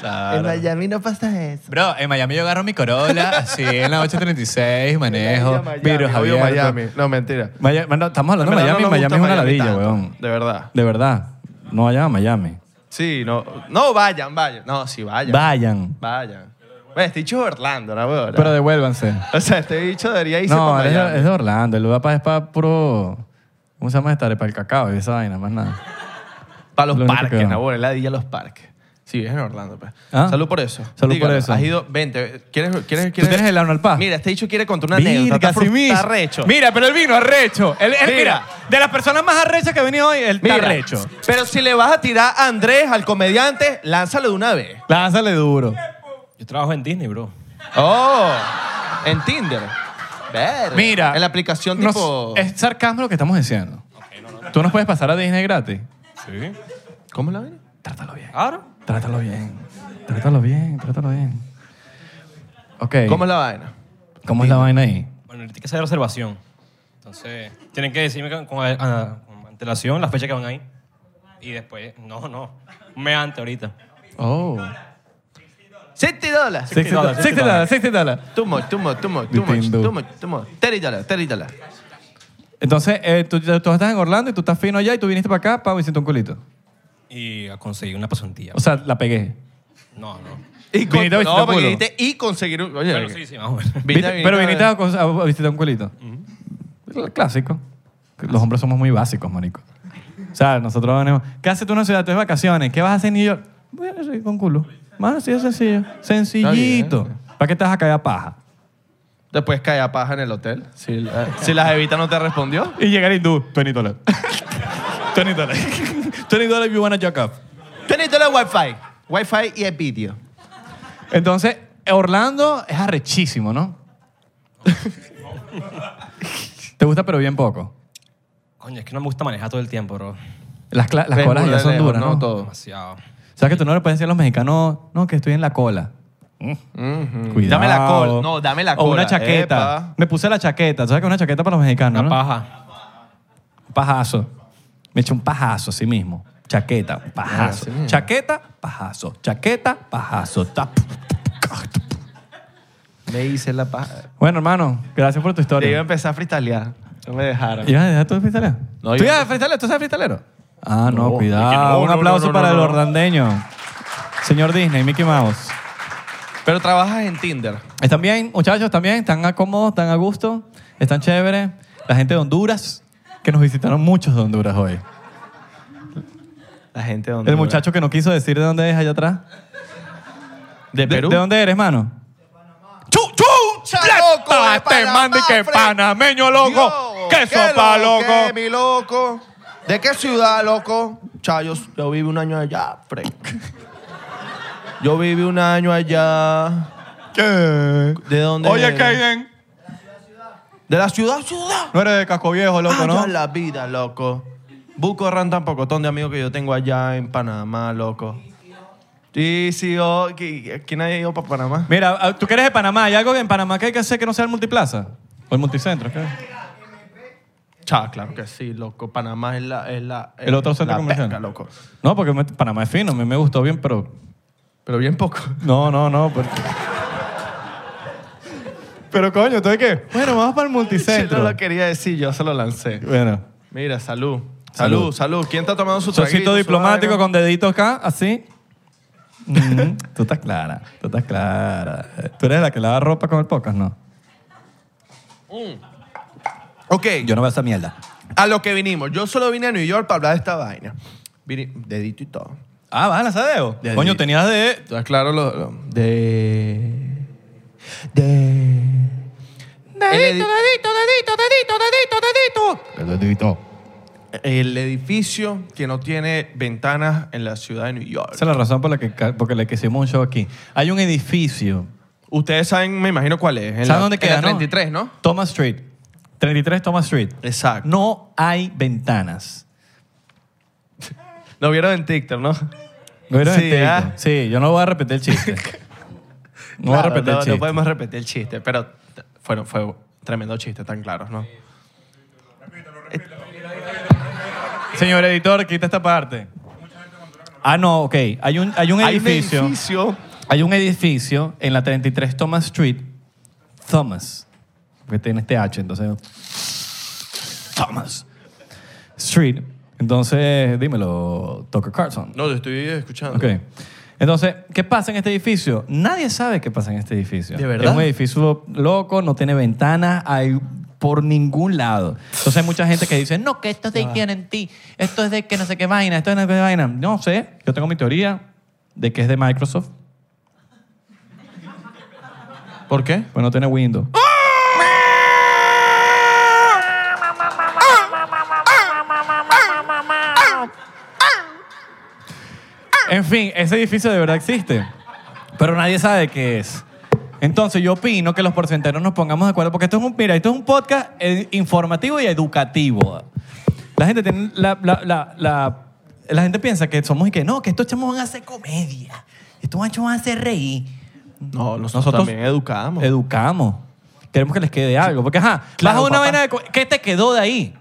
B: En Miami no pasa eso.
A: Bro, en Miami yo agarro mi Corolla, así en la 836, manejo,
B: Miami,
A: virus
B: obvio,
A: abierto.
B: Miami. No, mentira.
A: Maya- bueno, estamos hablando de
B: En verdad
A: Miami,
B: no me
A: Miami
B: gusta
A: es una
B: Miami
A: ladilla,
B: tanto,
A: weón.
B: De verdad.
A: De verdad, no vayan a Miami.
B: Sí, no. No, vayan, vayan. No, sí, vayan.
A: Vayan.
B: Vayan. Bueno, Bueno, este dicho es Orlando, ¿no? huevona?
A: Pero devuélvanse.
B: O sea, este bicho debería irse
A: No,
B: para
A: es
B: Miami.
A: de, es de Orlando. El Budapest es para puro... ¿Cómo se llama esta? Para el cacao y esa vaina, más nada.
B: Para los
A: Lo único que
B: parques,
A: queda.
B: Nabor, la dilla a los parques. Sí, es en Orlando, pues.
A: Ah.
B: Salud por eso.
A: Salud por
B: Dígalo,
A: eso.
B: Has ido, vente. ¿Quieres, quieres, quieres?
A: tienes el ano al pa?
B: Mira, este dicho quiere contar una anécdota.
A: Virga,
B: Está, fru-
A: sí mismo.
B: está recho.
E: Mira, pero él vino arrecho. Él, él-
B: Mira.
E: mira, de las personas más arrechas que ha venido hoy, él
B: Mira,
E: está arrecho.
B: Pero si le vas a tirar a Andrés, al comediante, lánzalo de una vez.
A: Lánzale duro.
G: Yo trabajo en Disney, bro.
B: Oh, en Tinder. Ver,
A: Mira.
B: En la aplicación
A: nos-
B: tipo...
A: es sarcasmo lo que estamos diciendo. Tú nos puedes pasar a Disney gratis.
G: Sí.
B: ¿Cómo la ven?
A: Trátalo bien.
G: Claro.
A: Trátalo bien. Trátalo bien. Trátalo bien. Ok.
B: ¿Cómo es la vaina?
A: ¿Cómo es la vaina ahí?
G: Bueno, tiene que hacer reservación. Entonces, tienen que decirme con, con- ah, con antelación la fecha que van ahí. Y después, no, no. Un mes antes ahorita.
A: Oh.
B: 60 dólares.
A: 60 dólares, 60 dólares, 60 dólares.
B: Too much, too much, too much, too much,
A: Nintendo.
B: too much, too much. 30 dólares, 30 dólares.
A: Entonces, eh, tú, tú estás en Orlando y tú estás fino allá y tú viniste para acá para hiciste un culito.
G: Y a conseguir una pasantía.
A: O sea, la pegué.
G: No, no.
B: Y
A: Viniste a visitar
B: no, porque
A: culo.
B: dijiste y conseguir un... Oye,
G: Pero sí, sí, más o menos.
B: Vine
A: Viste-
B: a- vine
A: pero ah,
B: a-
A: viniste a, cos- a- a visitar un culito. El clásico. Los hombres somos muy básicos, marico. O sea, nosotros venimos... ¿Qué haces tú en una ciudad? Tú de vacaciones. ¿Qué vas a hacer en New York? Voy a salir con culo. Más así de sencillo. Sencillito. ¿Para qué te vas a caer a paja?
B: Después cae a paja en el hotel. Si, la- si la jevita no te respondió.
A: Y llegar hindú. 20 dólares. 20 dólares. 20 dólares if you wanna jack up.
B: Tenés la Wi-Fi. Wi-Fi y el vídeo.
A: Entonces, Orlando es arrechísimo, ¿no? te gusta, pero bien poco.
G: Coño, es que no me gusta manejar todo el tiempo, bro.
A: Las, cla- las
B: Ves,
A: colas
B: burda
A: ya son
B: lejos,
A: duras, ¿no?
B: No todo.
G: Demasiado.
A: O sea, que tú no le puedes decir a los mexicanos, no, que estoy en la cola. Cuidado.
B: Mm. Dame la cola. No, dame la
A: O
B: cola.
A: una chaqueta.
B: Epa.
A: Me puse la chaqueta. ¿Sabes qué es una chaqueta para los mexicanos?
G: Una
A: no?
G: paja.
A: Un pajazo. Me eché un pajazo así mismo. Chaqueta,
B: Ah,
A: un pajazo. Chaqueta, pajazo. Chaqueta, pajazo. Tap.
B: Me hice la paja.
A: Bueno, hermano, gracias por tu
B: Te iba a
A: historia.
B: empezar a freestylear. No me dejaron.
A: ¿Ibas a dejar tu freestyle?
B: No,
A: ¿Tú
B: yo-
A: ibas a freestyle? ¿Tú eres freestylero? Ah, no, cuidado.
F: es que no,
A: un
F: no,
A: aplauso
F: no, no,
A: para
F: no,
A: el
F: no.
A: orlandeño. Señor Disney, Mickey Mouse.
B: Pero trabajas en Tinder.
A: Están bien, muchachos, también. Están a- cómodos, están a gusto, están chéveres. La gente de Honduras, que nos visitaron muchos de Honduras hoy.
B: La gente donde.
A: El muchacho que no quiso decir de dónde es allá atrás.
B: de Perú.
A: ¿De dónde eres, hermano? ¡Chu, chu!
B: loco, de
A: Este
B: Panamá,
A: mande que
B: Fred.
A: panameño, loco. ¡Qué sopa, loco!
B: eh, mi loco! ¿De qué ciudad, loco? Chayos, yo viví un año allá, Frank. Yo viví un año allá.
A: ¿Qué?
B: ¿De dónde
A: Oye,
B: eres?
A: Kaiden,
B: De la ciudad, ciudad.
A: no eres de casco viejo, loco,
B: Ah,
A: ¿no?
B: yo la vida, loco. Buco Ran tampoco, ton de amigos que yo tengo allá en Panamá, loco. Sí, sí, oh, ¿qui- ¿quién ha ido para Panamá?
A: Mira, ah, tú que eres de Panamá, ¿hay algo en Panamá que hay que hacer que no sea el multiplaza? O el multicentro, ¿qué?
B: Chá, claro que sí, loco. Panamá es la. Es la
A: El otro centro
B: la
A: comercial.
B: pesca, loco.
A: No, porque me- Panamá es fino, a mí me gustó bien, pero
B: Pero bien poco.
A: No, no, no. Pero, pero coño, ¿entonces qué? Bueno, vamos para el
B: Yo no
A: multicentro.
B: lo quería decir, yo se lo lancé.
A: Bueno.
B: Mira, salud.
A: Salud.
B: Salud, salud. ¿Quién está tomando su traguito?
A: Chocito
B: su
A: diplomático
B: vaina?
A: con dedito acá, así. Mm, tú estás clara, tú estás clara. Tú eres la que lava ropa con el pocas, ¿no?
B: Ok,
A: Yo no veo esa mierda.
B: a lo que vinimos. Yo solo vine a New York para hablar de esta vaina. Vine, dedito y todo.
A: Ah, vas a lanzadeo.
B: De
A: Coño,
B: dedito.
A: tenías de.
B: ¿Estás claro? Lo, lo- de... De... Dedito, El edificio que no tiene ventanas en la ciudad de New York.
A: Esa es la razón por la que, ca- porque la que hicimos un show aquí. Hay un edificio.
B: Ustedes saben, me imagino cuál es. En
A: ¿Sabes
B: la-
A: dónde
B: en
A: queda?
B: la 33, ¿no?
A: Thomas Street. 33 Thomas Street.
B: Exacto.
A: No hay ventanas.
B: Lo vieron en TikTok, ¿no?
A: ¿Lo vieron en
B: Sí,
A: TikTok?
B: ¿ah?
A: Sí, yo no voy a repetir el chiste. No voy a
B: Claro,
A: repetir
B: no,
A: el chiste.
B: No podemos repetir el chiste, pero t- fueron, fue tremendo chiste, tan claros, ¿no?
A: Señor editor, quita esta parte. Ah, no, ok. Hay un, hay un edificio.
B: Hay un edificio.
A: Hay un edificio en la 33 Thomas Street. Thomas. Porque tiene este H, entonces. Thomas. Street. Entonces, dímelo, Tucker Carlson.
B: No, te estoy escuchando.
A: Ok. Entonces, ¿qué pasa en este edificio? Nadie sabe qué pasa en este edificio.
C: ¿De verdad?
A: Es un edificio loco, no tiene ventanas, hay por ningún lado. Entonces hay mucha gente que dice, no, que esto es de Ikea en ti, esto es de que no sé qué vaina, esto es de no sé qué vaina. No sé, yo tengo mi teoría de que es de Microsoft,
B: ¿Por qué? ¡Ah!
A: pues no tiene Windows. En fin, ese edificio de verdad existe, pero nadie sabe qué es. Entonces yo opino que los porcenteros nos pongamos de acuerdo, porque esto es un, mira, esto es un podcast eh, informativo y educativo. La gente tiene la, la, la, la- la gente piensa que somos y que no, que estos chamos van a hacer comedia, estos machos van a hacer reír.
B: No, nosotros,
A: Nosotros-
B: también educamos.
A: Educamos. Queremos que les quede algo. Porque, ajá,
B: Claro,
A: vas a una
B: papá.
A: vaina de... co- ¿Qué te quedó de ahí?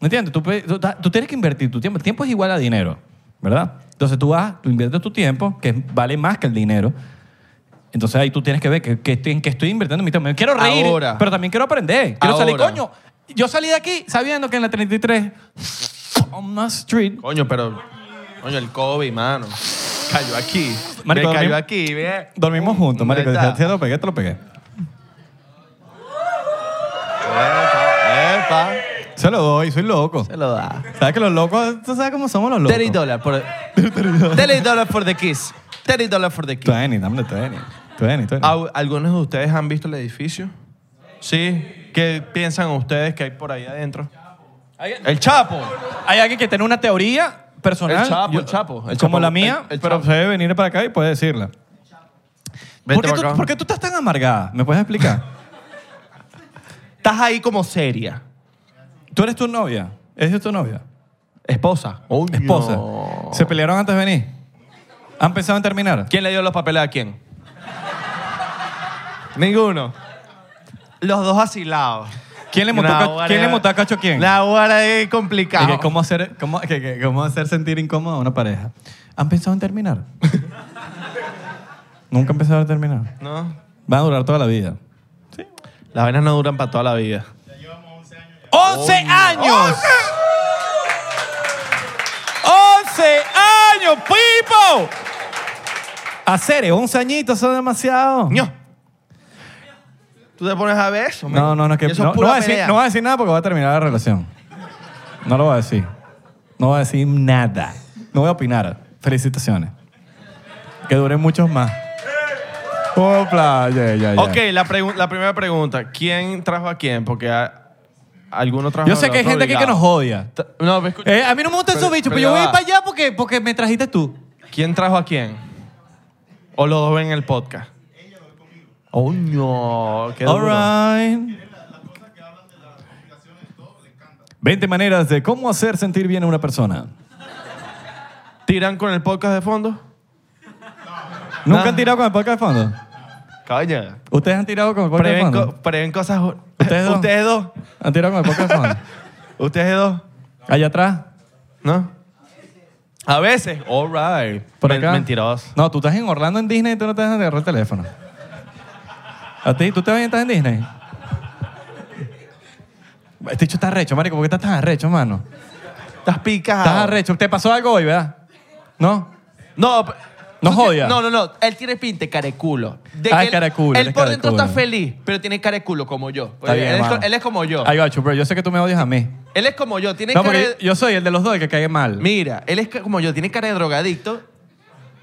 A: ¿Me entiendes? Tú, pe- tú ta- tú tienes que invertir tu tiempo. El tiempo es igual a dinero, ¿verdad? Entonces tú vas, tú inviertes tu tiempo, que vale más que el dinero. Entonces ahí tú tienes que ver que, que estoy, en qué estoy invirtiendo mi tiempo. Me Quiero reír,
B: Ahora.
A: pero también quiero aprender. Quiero salir,
B: Ahora.
A: coño. Yo salí de aquí sabiendo que en la 33 on my street
B: Coño, pero. Coño, el COVID, mano. Cayó aquí.
A: Marico,
B: Me cayó
A: dormimos-
B: aquí, ve.
A: dormimos juntos, marico.
B: Ahí está.
A: Te lo pegué, te lo pegué.
B: Epa, epa.
A: Se lo doy, soy loco.
B: Se lo da.
A: ¿Sabes que los locos, tú sabes cómo somos los locos?
B: 30 dólares por. 30 dólares for the kiss. 30 dólares for the kiss.
A: 20, dame 20. 20, 20.
B: Au- ¿Algunos de ustedes han visto el edificio? Sí. ¿Qué piensan ustedes que hay por ahí adentro? El Chapo.
A: Hay alguien que tiene una teoría personal.
B: El Chapo, el Chapo, el
A: como
B: Chapo,
A: la mía,
B: el- el
A: pero
B: Chapo.
A: se debe venir para acá y puede decirla.
B: Vente
A: ¿Por qué,
B: para
A: tú,
B: acá.
A: por qué tú estás tan amargada? ¿Me puedes explicar?
B: Estás ahí como seria.
A: ¿Tú eres tu novia? ¿Es tu novia?
B: Esposa.
A: ¿Esposa?
B: No.
A: ¿Se pelearon antes de venir? ¿Han pensado en terminar?
B: ¿Quién le dio los papeles a quién? Ninguno. Los dos asilados.
A: ¿Quién le montó,
B: Nah,
A: ca-
B: ahora-
A: ¿quién le montó a cacho a quién?
B: La hora es
A: Y
B: complicado.
A: que ¿Cómo hacer, cómo, que- que- cómo hacer sentir incómoda a una pareja? ¿Han pensado en terminar? Nunca han pensado en terminar.
B: No.
A: Van a durar toda la vida.
B: Las vainas no duran para toda la vida.
A: ¡11 años! ¡11 años, people! Hacer 11 añitos son demasiado.
B: ¡Ño! Tú te pones a ver eso,
A: No, no, no, es que
B: Eso
A: no,
B: es pura
A: no voy a decir,
B: pelea.
A: no voy a decir nada porque va a terminar la relación. No lo voy a decir. No voy a decir nada. No voy a opinar. Felicitaciones. Que duren muchos más. Opla, ya, ya, ya.
B: Ok, la, pregu- la primera pregunta. ¿Quién trajo a quién? Porque a- alguno trajo
A: Yo
B: al
A: sé que hay
B: otro
A: gente aquí que nos
B: obligado.
A: odia.
B: Ta- No, pero escucha.
A: Eh, a mí no me gustan
B: Pero-
A: esos bichos,
B: pero
A: pero
B: ya
A: yo voy a ir
B: va.
A: para allá porque, porque me trajiste tú.
B: ¿Quién trajo a quién? ¿O los dos ven el podcast? Oh, no. Qué duro.
A: Alright. 20 maneras de cómo hacer sentir bien a una persona.
B: ¿Tiran con el podcast de fondo?
A: ¿Nunca
B: Nah.
A: han tirado con el podcast de fondo?
B: Coño.
A: ¿Ustedes han tirado con el podcast de
B: Prevén,
A: fondo?
B: co- prevén cosas.
A: Ustedes dos.
B: Ustedes dos.
A: ¿Han tirado con el podcast de fondo?
B: Ustedes dos.
A: Allá atrás,
B: ¿No? A veces. All right.
A: por
B: Men-
A: acá.
B: Mentiroso.
A: No, tú estás en Orlando en Disney y tú no te dejas de agarrar el teléfono. ¿A ti? ¿Tú también estás en Disney? Este hecho está arrecho, marico. ¿Por qué estás tan arrecho, mano?
B: Estás picado.
A: Estás arrecho. ¿Te pasó algo hoy, verdad? ¿No?
B: No, p-
A: No
B: tú ti-
A: jodas.
B: No, no, no. Él tiene pinta de careculo. De
A: Ah,
B: que
A: es careculo, él
B: Él
A: es
B: por dentro
A: careculo.
B: está feliz, pero tiene careculo como yo.
A: Está bien,
B: él, es, co-
A: hermano.
B: él es como yo.
A: I got you, bro. Yo sé que tú me odias a mí.
B: Él es como yo. Tiene
A: No,
B: cara
A: porque
B: de-
A: yo soy el de los dos el que cae mal.
B: Mira, él es ca- como yo. Tiene cara de drogadicto,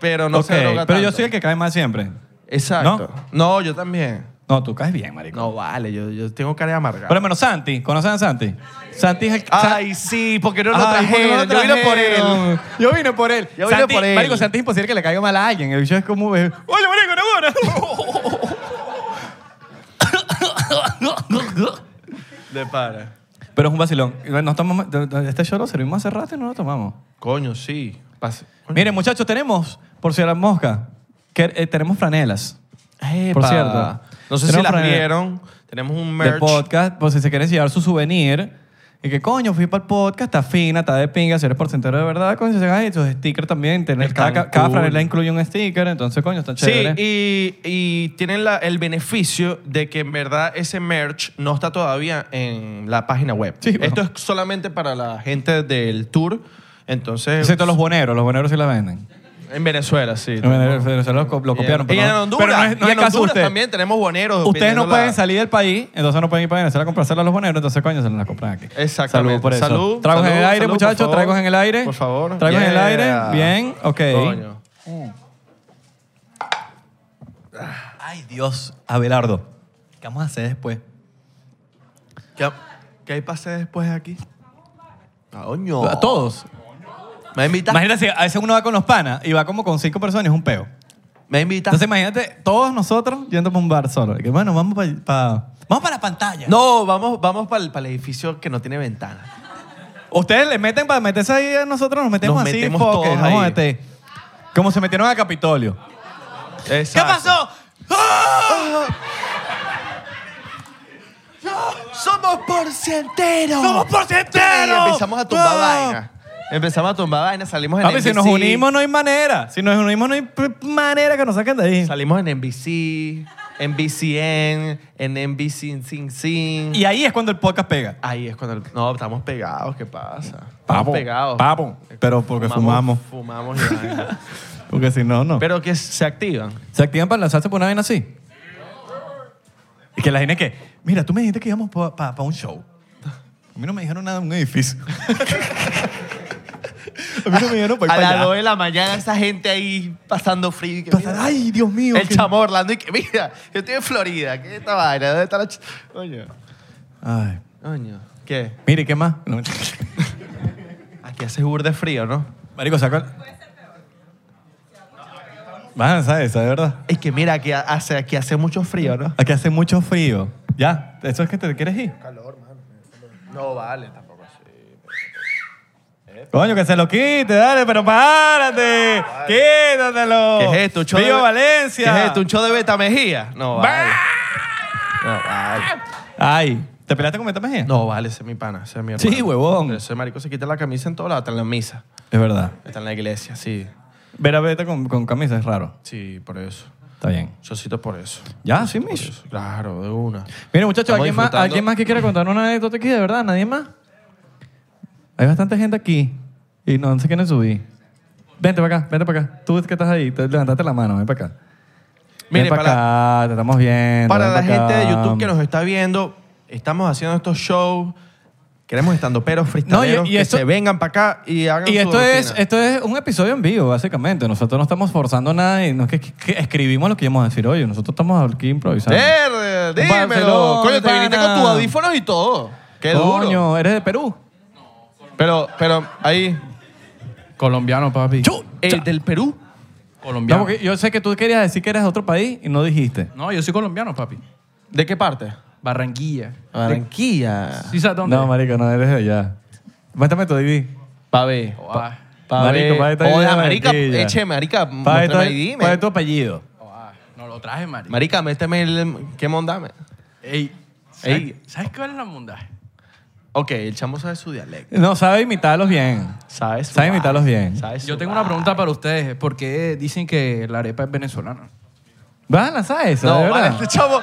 B: pero no se
A: Ok,
B: droga
A: pero yo
B: tanto.
A: soy el que cae mal siempre.
B: Exacto. No, yo también.
A: No, tú caes bien, marico.
B: No, vale. Yo, yo tengo cara de amargado.
A: Por lo menos Santi. ¿Conocen a Santi? Santi es el...
B: Ay, sí, porque no lo
A: Ay, ¿por qué no lo
B: trajeron. Yo vine por él.
A: trajeron? Yo vine por él.
B: Yo vine
A: Santi-
B: por él.
A: Marico, Santi es imposible que le caiga mal a alguien. El bicho es como... eh, Oye, marico, no, bueno.
B: De para.
A: Pero es un vacilón. Nos tomamos- este show lo servimos hace rato y no lo tomamos.
B: Coño, sí. Pase. Coño.
A: Miren, muchachos, tenemos, por si a la mosca, que, eh, tenemos franelas. Por
B: Epa.
A: cierto.
B: No sé si
A: Tenemos
B: las
A: franela.
B: vieron. Tenemos un
A: del
B: merch.
A: podcast, pues si se quieren llevar su souvenir. Y que coño, fui para el podcast, está fina, está de pinga, si eres porcentero de verdad, coño, se hagan tus stickers también. Tenés,
B: Están
A: cada, cada
B: cool.
A: franela incluye un sticker, entonces coño, están
B: Sí,
A: chéveres.
B: y, y tienen la- el beneficio de que en verdad ese merch no está todavía en la página web.
A: Sí, bueno.
B: Esto es solamente para la gente del tour. Entonces,
A: Excepto los boneros, los boneros sí la venden.
H: En Venezuela, sí.
A: En Venezuela lo, co- lo copiaron.
H: Y en
A: pero no-
H: Honduras,
A: Pero no es, no
H: y
A: es
H: en
A: el caso de
H: Honduras
A: ustedes.
H: también tenemos boneros.
A: Ustedes no
H: vendiendo
A: pueden
H: la-
A: salir del país, entonces no pueden ir para Venezuela a comprársela a los boneros, entonces coño, se las compran aquí.
H: Exactamente.
A: Salud por eso.
H: Salud,
A: Tragos en
H: salud,
A: el aire,
H: salud, por
A: muchachos,
H: favor.
A: tragos en el aire.
H: Por favor.
A: Tragos en el
H: Yeah.
A: aire, bien, ok.
H: Coño.
A: Ay, Dios, Abelardo. ¿Qué vamos a hacer después?
B: ¿Qué, qué hay para hacer después aquí? Ah, Coño.
A: A todos.
B: Me invitas.
A: Imagínate, si a veces uno va con los panas y va como con cinco personas, es un peo.
B: Me invitas.
A: Entonces imagínate todos nosotros yendo para un bar solo. Y Que bueno, vamos para vamos para la pantalla.
B: No, vamos, vamos para el, edificio que no tiene ventana.
A: Ustedes le meten para meterse ahí, a nosotros nos metemos
B: Nos
A: así.
B: metemos
A: foque,
B: todos
A: nos vamos a
B: ahí.
A: meter. Como se metieron a Capitolio.
H: Exacto.
B: ¡Ah! ¡Somos porcienteros! ¡Somos Ah.
A: porcenteros!
B: empezamos a tumbar vaina. Empezamos a tumbar vaina, salimos en
A: Papi, si nos
B: NBC,
A: unimos no hay manera. Si nos unimos no hay p- manera que nos saquen de ahí.
B: Salimos en NBC, en BCN, en NBC Sin Sin.
A: Y ahí es cuando el podcast pega.
B: Ahí es cuando. el- No, estamos pegados, ¿qué pasa?
A: Papo,
B: Estamos pegados.
A: papo. Pero porque
B: Fumamos y vaina.
A: Porque si no, no.
B: Pero que se activan.
A: ¿Se activan para lanzarse por una vaina así? Y que la gente que, mira, tú me dijiste que íbamos para un show. A mí no me dijeron nada de un edificio. a mí no me dijeron para
B: A
A: ir
B: las
A: para
B: 2
A: allá.
B: de la mañana, esa gente ahí pasando frío. y que,
A: Entonces,
B: mira,
A: Ay, Dios mío.
B: el
A: que-
B: chamo Orlando y que, mira, yo estoy en Florida. ¿Qué es esta vaina? ¿Dónde está la ch- Coño,
A: Ay.
B: coño. ¿Qué?
A: Mire, ¿qué más? No,
B: Aquí hace burde frío, ¿no?
A: Marico, saca. Vas a lanzar esa, de verdad.
B: Es que mira, aquí hace, aquí hace mucho frío, ¿no?
A: Aquí hace mucho frío. Ya, eso es que te quieres ir.
B: No vale, tampoco así.
A: Coño, que se lo quite, dale, pero párate. Quítatelo.
B: ¿Qué es esto? ¿Un show
A: Viva
B: de-
A: Valencia.
B: ¿Qué es esto? ¿Un show de Beta Mejía? No vale. No vale.
A: Ay, ¿te peleaste con Beta Mejía?
B: No vale, ese es mi pana, ese es mi hermano.
A: Sí, huevón.
B: Pero ese marico se quita la camisa en todo lado, está en la misa,
A: Es verdad.
B: está en la iglesia, sí.
A: Ver a Beta con, con camisa es raro.
B: Sí, por eso.
A: Está bien.
B: Yo cito por eso.
A: Ya, sí,
B: Por
A: Mish.
B: eso. Claro, de una.
A: Miren, muchachos,
B: Estamos
A: ¿alguien más,
B: disfrutando.
A: ¿alguien más que quiera contar una anécdota aquí? ¿De verdad? ¿Nadie más? Hay bastante gente aquí y no sé quiénes subí. Vente para acá, vente para acá. Tú que estás ahí, te- levantaste la mano, ven para acá.
B: Mire,
A: ven para, acá, te estamos viendo.
B: Para
A: ven
B: la
A: acá.
B: gente de YouTube que nos está viendo, estamos haciendo estos shows. Queremos estando peros, freestaleros,
A: y
B: que
A: esto-
B: se vengan para acá y hagan
A: Y
B: su
A: esto es,
B: rutina.
A: esto es un episodio en vivo, básicamente. Nosotros no estamos forzando nada y no es que, que escribimos lo que íbamos a decir hoy. Nosotros estamos aquí improvisando.
B: ¡Eh! Verde,
A: Un
B: dímelo.
A: Barcelona,
B: Coño, te viniste
A: pana.
B: con tus audífonos y todo. Qué
A: Coño,
B: duro.
A: eres de Perú.
B: Pero, pero, ahí.
E: Colombiano, papi.
B: El del Perú.
A: No,
E: Colombiano.
A: porque yo sé que tú querías decir que eres de otro país y no dijiste.
E: No, yo soy colombiano, papi.
B: ¿De qué parte?
E: Barranquilla.
B: Barranquilla.
E: ¿Sí sabes dónde?
A: No, marico, no eres de allá. Muéstrame tu ID.
B: Pa' ver.
E: Ah,
B: Pa'
A: Marico,
B: ver.
A: pa' ver, está ahí
B: Oda,
A: de
B: marica,
A: Barranquilla.
B: eche, marica,
A: Pa' ver tu-
B: muéstrame ahí,
A: pa' ver
B: dime.
A: tu apellido.
E: ah, no lo traje, marico.
B: Marica, méteme el... ¿Qué mondame?
E: Ey, ¿sabes,
B: Ey.
E: ¿sabes cuál es la mundaje?
B: Ok, el chamo sabe su dialecto.
A: No, sabe imitarlos bien.
B: Sabe su
A: Sabe
B: vaina,
A: imitarlos bien.
B: sabe su
E: Yo tengo una
B: vaina.
E: pregunta para ustedes. ¿Por qué dicen que la arepa es venezolana?
A: ¿Vas a lanzar eso?
B: No,
A: de verdad.
B: vale, este chamo...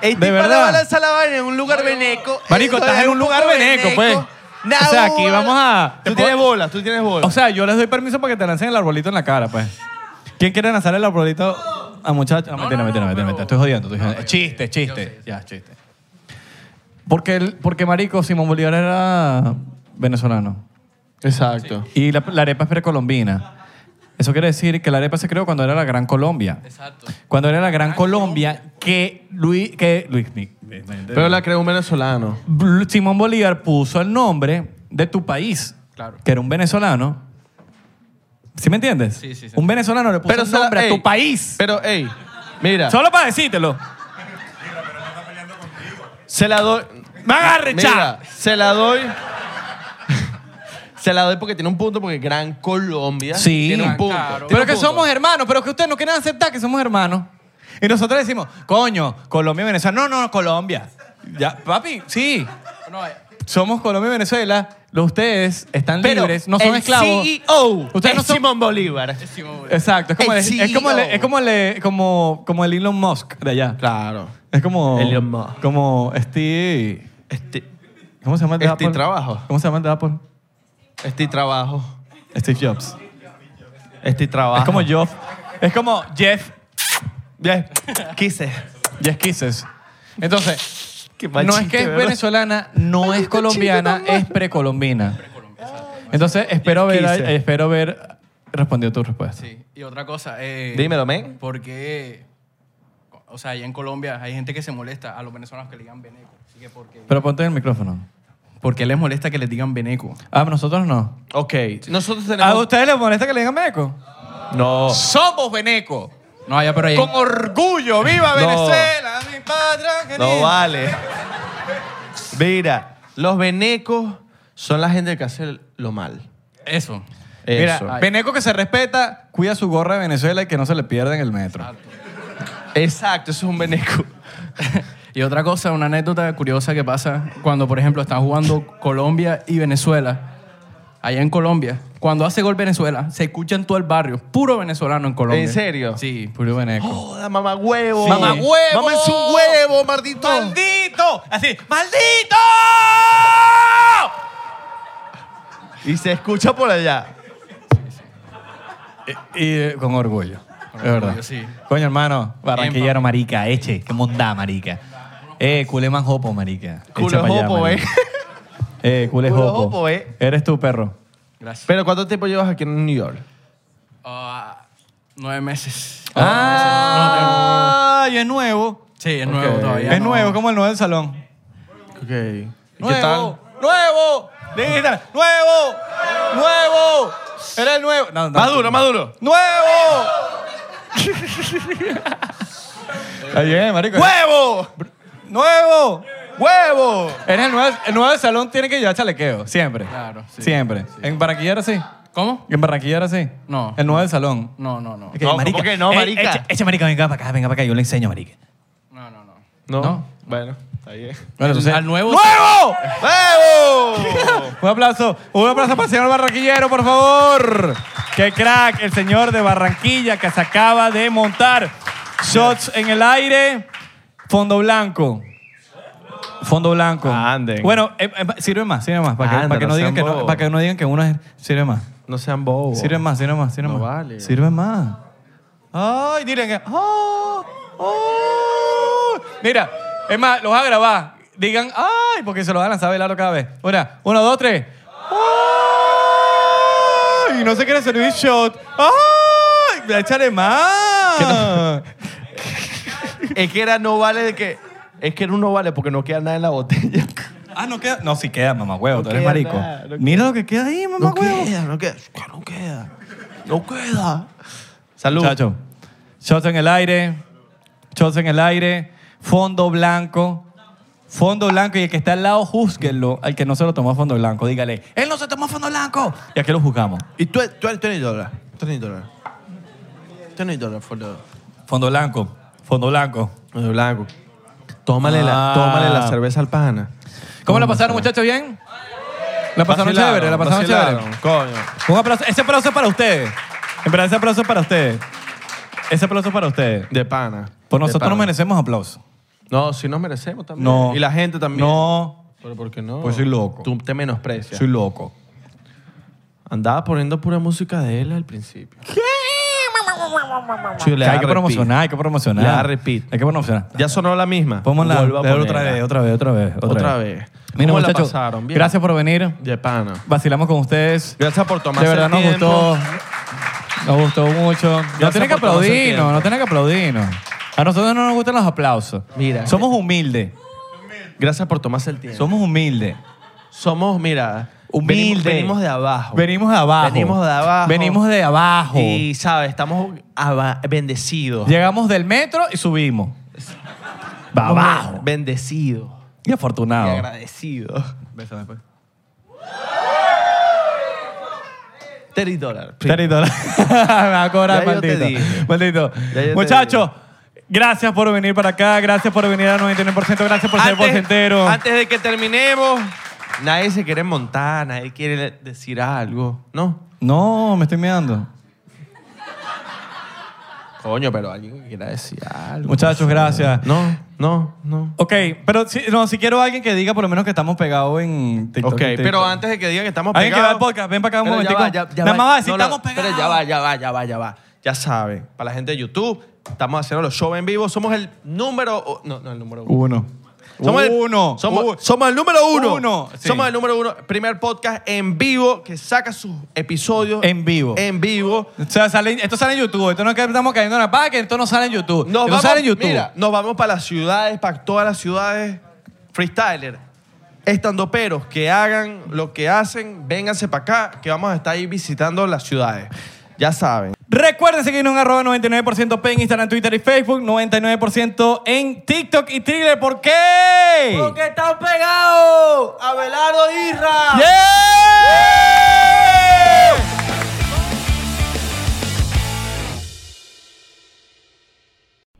B: El
A: De
B: tipo le va
A: verdad.
B: a lanzar la vaina en un lugar veneco.
A: Marico,
B: Eso
A: estás
B: es
A: en un lugar
B: poco
A: veneco, pues.
B: Nah,
A: O sea, aquí
B: bola.
A: vamos a-
B: Tú
A: te
B: tienes
A: puedo-
B: bola, tú tienes bola.
A: O sea, yo les doy permiso para que te lancen el arbolito en la cara, pues. ¿Quién quiere lanzar el arbolito a muchachos? No, mentira,
E: no,
A: mentira,
E: no,
A: mentira,
E: eh, pero-
A: mentira. Estoy jodiendo, estoy jodiendo. chiste, chiste. Ya, chiste. Porque, el, porque, marico, Simón Bolívar era venezolano.
B: Exacto.
A: Y la, la arepa es precolombina. Eso quiere decir que la arepa se creó cuando era la Gran Colombia.
E: Exacto. Ah,
A: Cuando era la Gran Colombia, que Luis... Que Luis ni-
B: Pero la creó un venezolano.
A: Bl- Simón Bolívar puso el nombre de tu país,
E: Claro.
A: que era un venezolano. ¿Sí me entiendes?
E: Sí, sí, sí.
A: Un venezolano le puso
B: Pero
A: el
B: se la-
A: nombre a
B: ey.
A: tu país.
B: Pero, ey, mira,
A: Solo para decírtelo.
B: se la doy...
A: ¡Me agarre,
B: Mira,
A: cha!
B: se la doy... Se la doy porque tiene un punto, porque Gran Colombia
A: Sí.
B: tiene un punto.
A: Pero
E: Claro.
B: tiene un
A: que
B: punto.
A: somos hermanos, pero que ustedes no quieren aceptar que somos hermanos. Y nosotros decimos, coño, Colombia y Venezuela. No, no, no, Colombia. Ya, papi, sí.
E: No, eh,
A: Somos Colombia y Venezuela. Los ustedes están
B: Pero
A: libres, no son
B: el
A: esclavos.
B: CEO
A: Ustedes
B: es
A: no son-
B: Simón Bolívar.
E: sí, mo-
A: Exacto, es como
B: El E
A: el, es como el-
B: CEO.
A: es como el- como como el Elon Musk de allá.
B: Claro.
A: Es como.
B: Elon Musk.
A: Como Steve.
B: Este,
A: ¿Cómo se llama el de
B: Steve
A: Apple?
B: Trabajo.
A: ¿Cómo se llama el de Apple?
B: este trabajo.
A: Steve Jobs.
B: Este trabajo.
A: Es como yo. Es como Jeff.
B: Bien. Quise.
A: Jeff Kisses. Entonces,
B: Qué mal
A: no es
B: chiste,
A: que es
B: ¿verdad?
A: venezolana, no es colombiana, es precolombina. Entonces, espero ver,
B: Kisses.
A: espero ver respondido tu respuesta.
E: Sí. Y otra cosa. Eh,
B: Dímelo, men.
E: Porque, o sea, allá en Colombia hay gente que se molesta a los venezolanos que le digan veneco. Así que, ¿por qué?
A: Pero ponte en el micrófono.
E: ¿Por qué les molesta que les digan veneco?
A: Ah, nosotros no.
B: Ok. Nosotros
A: ¿A
B: tenemos.
A: ustedes les molesta que le digan meco?
B: No.
E: ¡Somos veneco! No, allá, pero allá.
A: Con orgullo, viva Venezuela, mi patria querida.
B: No vale. Mira, los venecos son la gente que hace lo mal.
E: Eso.
A: Mira,
B: Eso.
A: Veneco que se respeta, cuida su gorra de Venezuela y que no se le pierda en el metro.
B: Exacto, eso es un veneco.
E: Y otra cosa, una anécdota curiosa que pasa cuando, por ejemplo, están jugando Colombia y Venezuela, allá en Colombia, cuando hace gol Venezuela, se escucha en todo el barrio, puro venezolano en Colombia.
B: ¿En serio? ¡Oh,
E: Sí.
A: Puro Veneco.
B: Joda, mamá huevo.
E: Mamá huevo.
B: Mamá es un huevo, maldito.
A: ¡Maldito! Así, ¡maldito!
B: Y se escucha por allá.
A: Y, eh, con orgullo. Es verdad.
E: orgullo, sí.
A: Coño, hermano, barranquillero, marica, eche, qué mondá, marica. Eh, culé manjopo, marica. Echa
B: Culo
A: pa' allá,
B: jopo,
A: marica. Eh, culé
B: Culo
A: jopo.
B: jopo, eh.
A: Eres tú, perro.
E: Gracias.
B: Pero ¿cuánto tiempo llevas aquí en New York?
E: Ah, nueve meses.
A: ¡Ah! Y es nuevo.
E: Sí, es nuevo todavía.
A: es
E: no.
A: nuevo, como el nuevo del salón.
B: Ok. ¿Y
A: ¡Nuevo!
B: qué tal?
A: ¡Nuevo! Dígale, ¡Nuevo! ¡Nuevo! Era el nuevo. No, no.
B: Más duro, más duro.
A: ¡Nuevo! Está bien, marico.
B: ¡Huevo!
A: ¡Nuevo!
B: ¡Huevo!
A: Eres el nuevo, el nuevo del salón, tiene que llevar chalequeo. Siempre.
E: Claro, sí.
A: Siempre. En Barranquilla era así.
E: ¿Cómo?
A: En Barranquilla era así.
E: No.
A: El nuevo del salón.
E: No, no, no.
A: Es
B: No, ¿cómo que
A: Eh,
B: no, marica?
A: eche, eche, marica, venga para acá, venga para acá, yo le enseño, marica.
E: No, no, no.
B: No.
A: No.
B: Bueno, está bien.
A: Bueno, entonces-
E: Al nuevo.
A: ¡Nuevo!
B: ¡Huevo!
A: Un aplauso, un aplauso para el señor Barranquillero, por favor. Qué crack, el señor de Barranquilla que se acaba de montar. Shots en el aire, fondo blanco. Fondo blanco.
B: Anden.
A: Bueno, eh, eh, sirve más, sirve más. Para que,
B: Anden,
A: para que no
B: no
A: digan
B: sean
A: que no,
B: bobos.
A: para que no digan que uno es- sirve más.
B: No sean bobos.
A: Sirve más, sirve más, sirve
B: No
A: más.
B: vale.
A: Sirve más. Ay, digan que. ¡Oh! ¡Oh! Mira, es más, los voy a grabar. Digan, ¡ay! Porque se lo van a lanzar a Belardo cada vez. Una, uno, dos, tres. ¡Ay! No se quiere servir shot. ¡Ay! ¡Échale más!
B: Es que era no vale de que. Es que era un no vale porque no queda nada en la botella.
A: ah, no queda. No, sí queda, mamá huevo. tú eres
B: queda
A: marico.
B: nada, no
A: Mira lo que queda ahí, mamá huevo.
B: no queda. No queda. No queda. Salud.
A: Muchacho, shots en el aire, shots en el aire, fondo blanco, fondo blanco. Y el que está al lado, júzguenlo al que no se lo tomó fondo blanco. Dígale, él no se tomó fondo blanco. Y aquí lo juzgamos.
C: Y tú, tú eres Tony Dollar. Tony Dollar. Tony Dollar for the...
A: Fondo blanco, fondo blanco.
B: Oye, Blanco. Tómale, la,
A: Ah.
B: tómale la cerveza al pana.
A: ¿Cómo la pasaron, muchachos? ¿Bien? ¿La pasaron
B: Vacilaron,
A: chévere? ¿La pasaron
B: vacilaron,
A: chévere?
B: Coño.
A: Un aplauso. Ese aplauso es para ustedes. En verdad, ese aplauso es para ustedes. Ese aplauso es para ustedes.
B: De pana.
A: Por
B: De
A: nosotros
B: pana.
A: no merecemos aplauso.
B: No, sí nos merecemos también.
A: No.
B: Y la gente también.
A: No,
B: Pero ¿por qué no?
A: Pues soy loco.
B: Tú te menosprecias.
A: soy loco.
B: Andaba poniendo pura música de él al principio. Sí,
A: Que
B: le
A: hay
B: da
A: que
B: repeat.
A: promocionar, hay que promocionar.
B: Le da repeat.
A: Hay que promocionar.
B: Ya sonó la misma.
A: Pongo la,
B: Vuelvo a
A: dale, otra
B: ponerla.
A: vez, otra vez, otra vez.
B: Otra vez.
A: Mira,
B: ¿Cómo la
A: muchachos,
B: pasaron? Bien.
A: gracias por venir.
B: De pana.
A: Vacilamos con ustedes.
B: Gracias por tomarse
A: De verdad
B: el
A: nos
B: tiempo.
A: gustó. Nos gustó mucho. no tienen que
B: por tomarse el tiempo.
A: aplaudirnos, no tienen que aplaudirnos. A nosotros no nos gustan los aplausos.
B: Mira.
A: Somos humildes.
B: Gracias por tomarse el tiempo.
A: Somos humildes.
B: Somos, mira,
A: Humildes.
B: venimos- Venimos de abajo.
A: Venimos de abajo.
B: Venimos de abajo.
A: Venimos de abajo.
B: Y, ¿sabes? Estamos aba- bendecidos.
A: Llegamos del metro y subimos. Va abajo.
B: Bendecidos.
A: Y
B: Y
A: afortunado.
B: agradecidos. pues. Terry Dollar.
A: Terito, me va a cobrar,
B: Ya yo te
A: maldito.
B: dije.
A: Maldito.
B: Ya yo te
A: Muchachos, gracias por venir para acá. Gracias por venir a 99%. Gracias por ser porcentero.
B: antes de que terminemos, nadie se quiere montar, nadie quiere decir algo, ¿no?
A: No, me estoy mirando.
B: Coño, pero alguien que quiera decir algo.
A: Muchachos, gracias.
B: No, no, no.
A: Ok, pero si, no, si quiero a alguien que diga por lo menos que estamos pegados en TikTok.
B: Ok,
A: en TikTok.
B: pero antes de que digan que estamos
A: Alguien
B: pegados...
A: que va al podcast, ven para acá un
B: Pero
A: momentico.
B: Ya va, ya, ya
A: Nada
B: va.
A: más va a decir,
B: No, no,
A: estamos pegados.
B: Pero ya va, ya va, ya va, ya va. Ya saben, para la gente de YouTube, estamos haciendo los shows en vivo. Somos el número... o- No, no, el número uno.
A: Uno.
B: Somos el-
A: uno.
B: somos,
A: Uy.
B: somos el número uno.
A: Uno, sí.
B: Somos el número uno. Primer podcast en vivo que saca sus episodios.
A: En vivo.
B: En vivo.
A: O sea, sale- esto sale en YouTube. Esto no es que estamos cayendo en la paga, que esto no sale en YouTube.
B: Nos
A: esto
B: vamos,
A: sale en YouTube.
B: Mira, nos vamos para las ciudades, para todas las ciudades. Freestyler, estandoperos, que hagan lo que hacen, vénganse para acá, que vamos a estar ahí visitando las ciudades. Ya saben.
A: Recuerden seguirnos en arroba 99% P en Instagram, Twitter y Facebook, 99% en TikTok y Thriller. ¿Por qué?
C: Porque están pegados. Abelardo Irra.
A: ¡Yeah!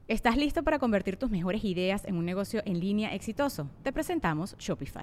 I: ¿Estás listo para convertir tus mejores ideas en un negocio en línea exitoso? Te presentamos Shopify.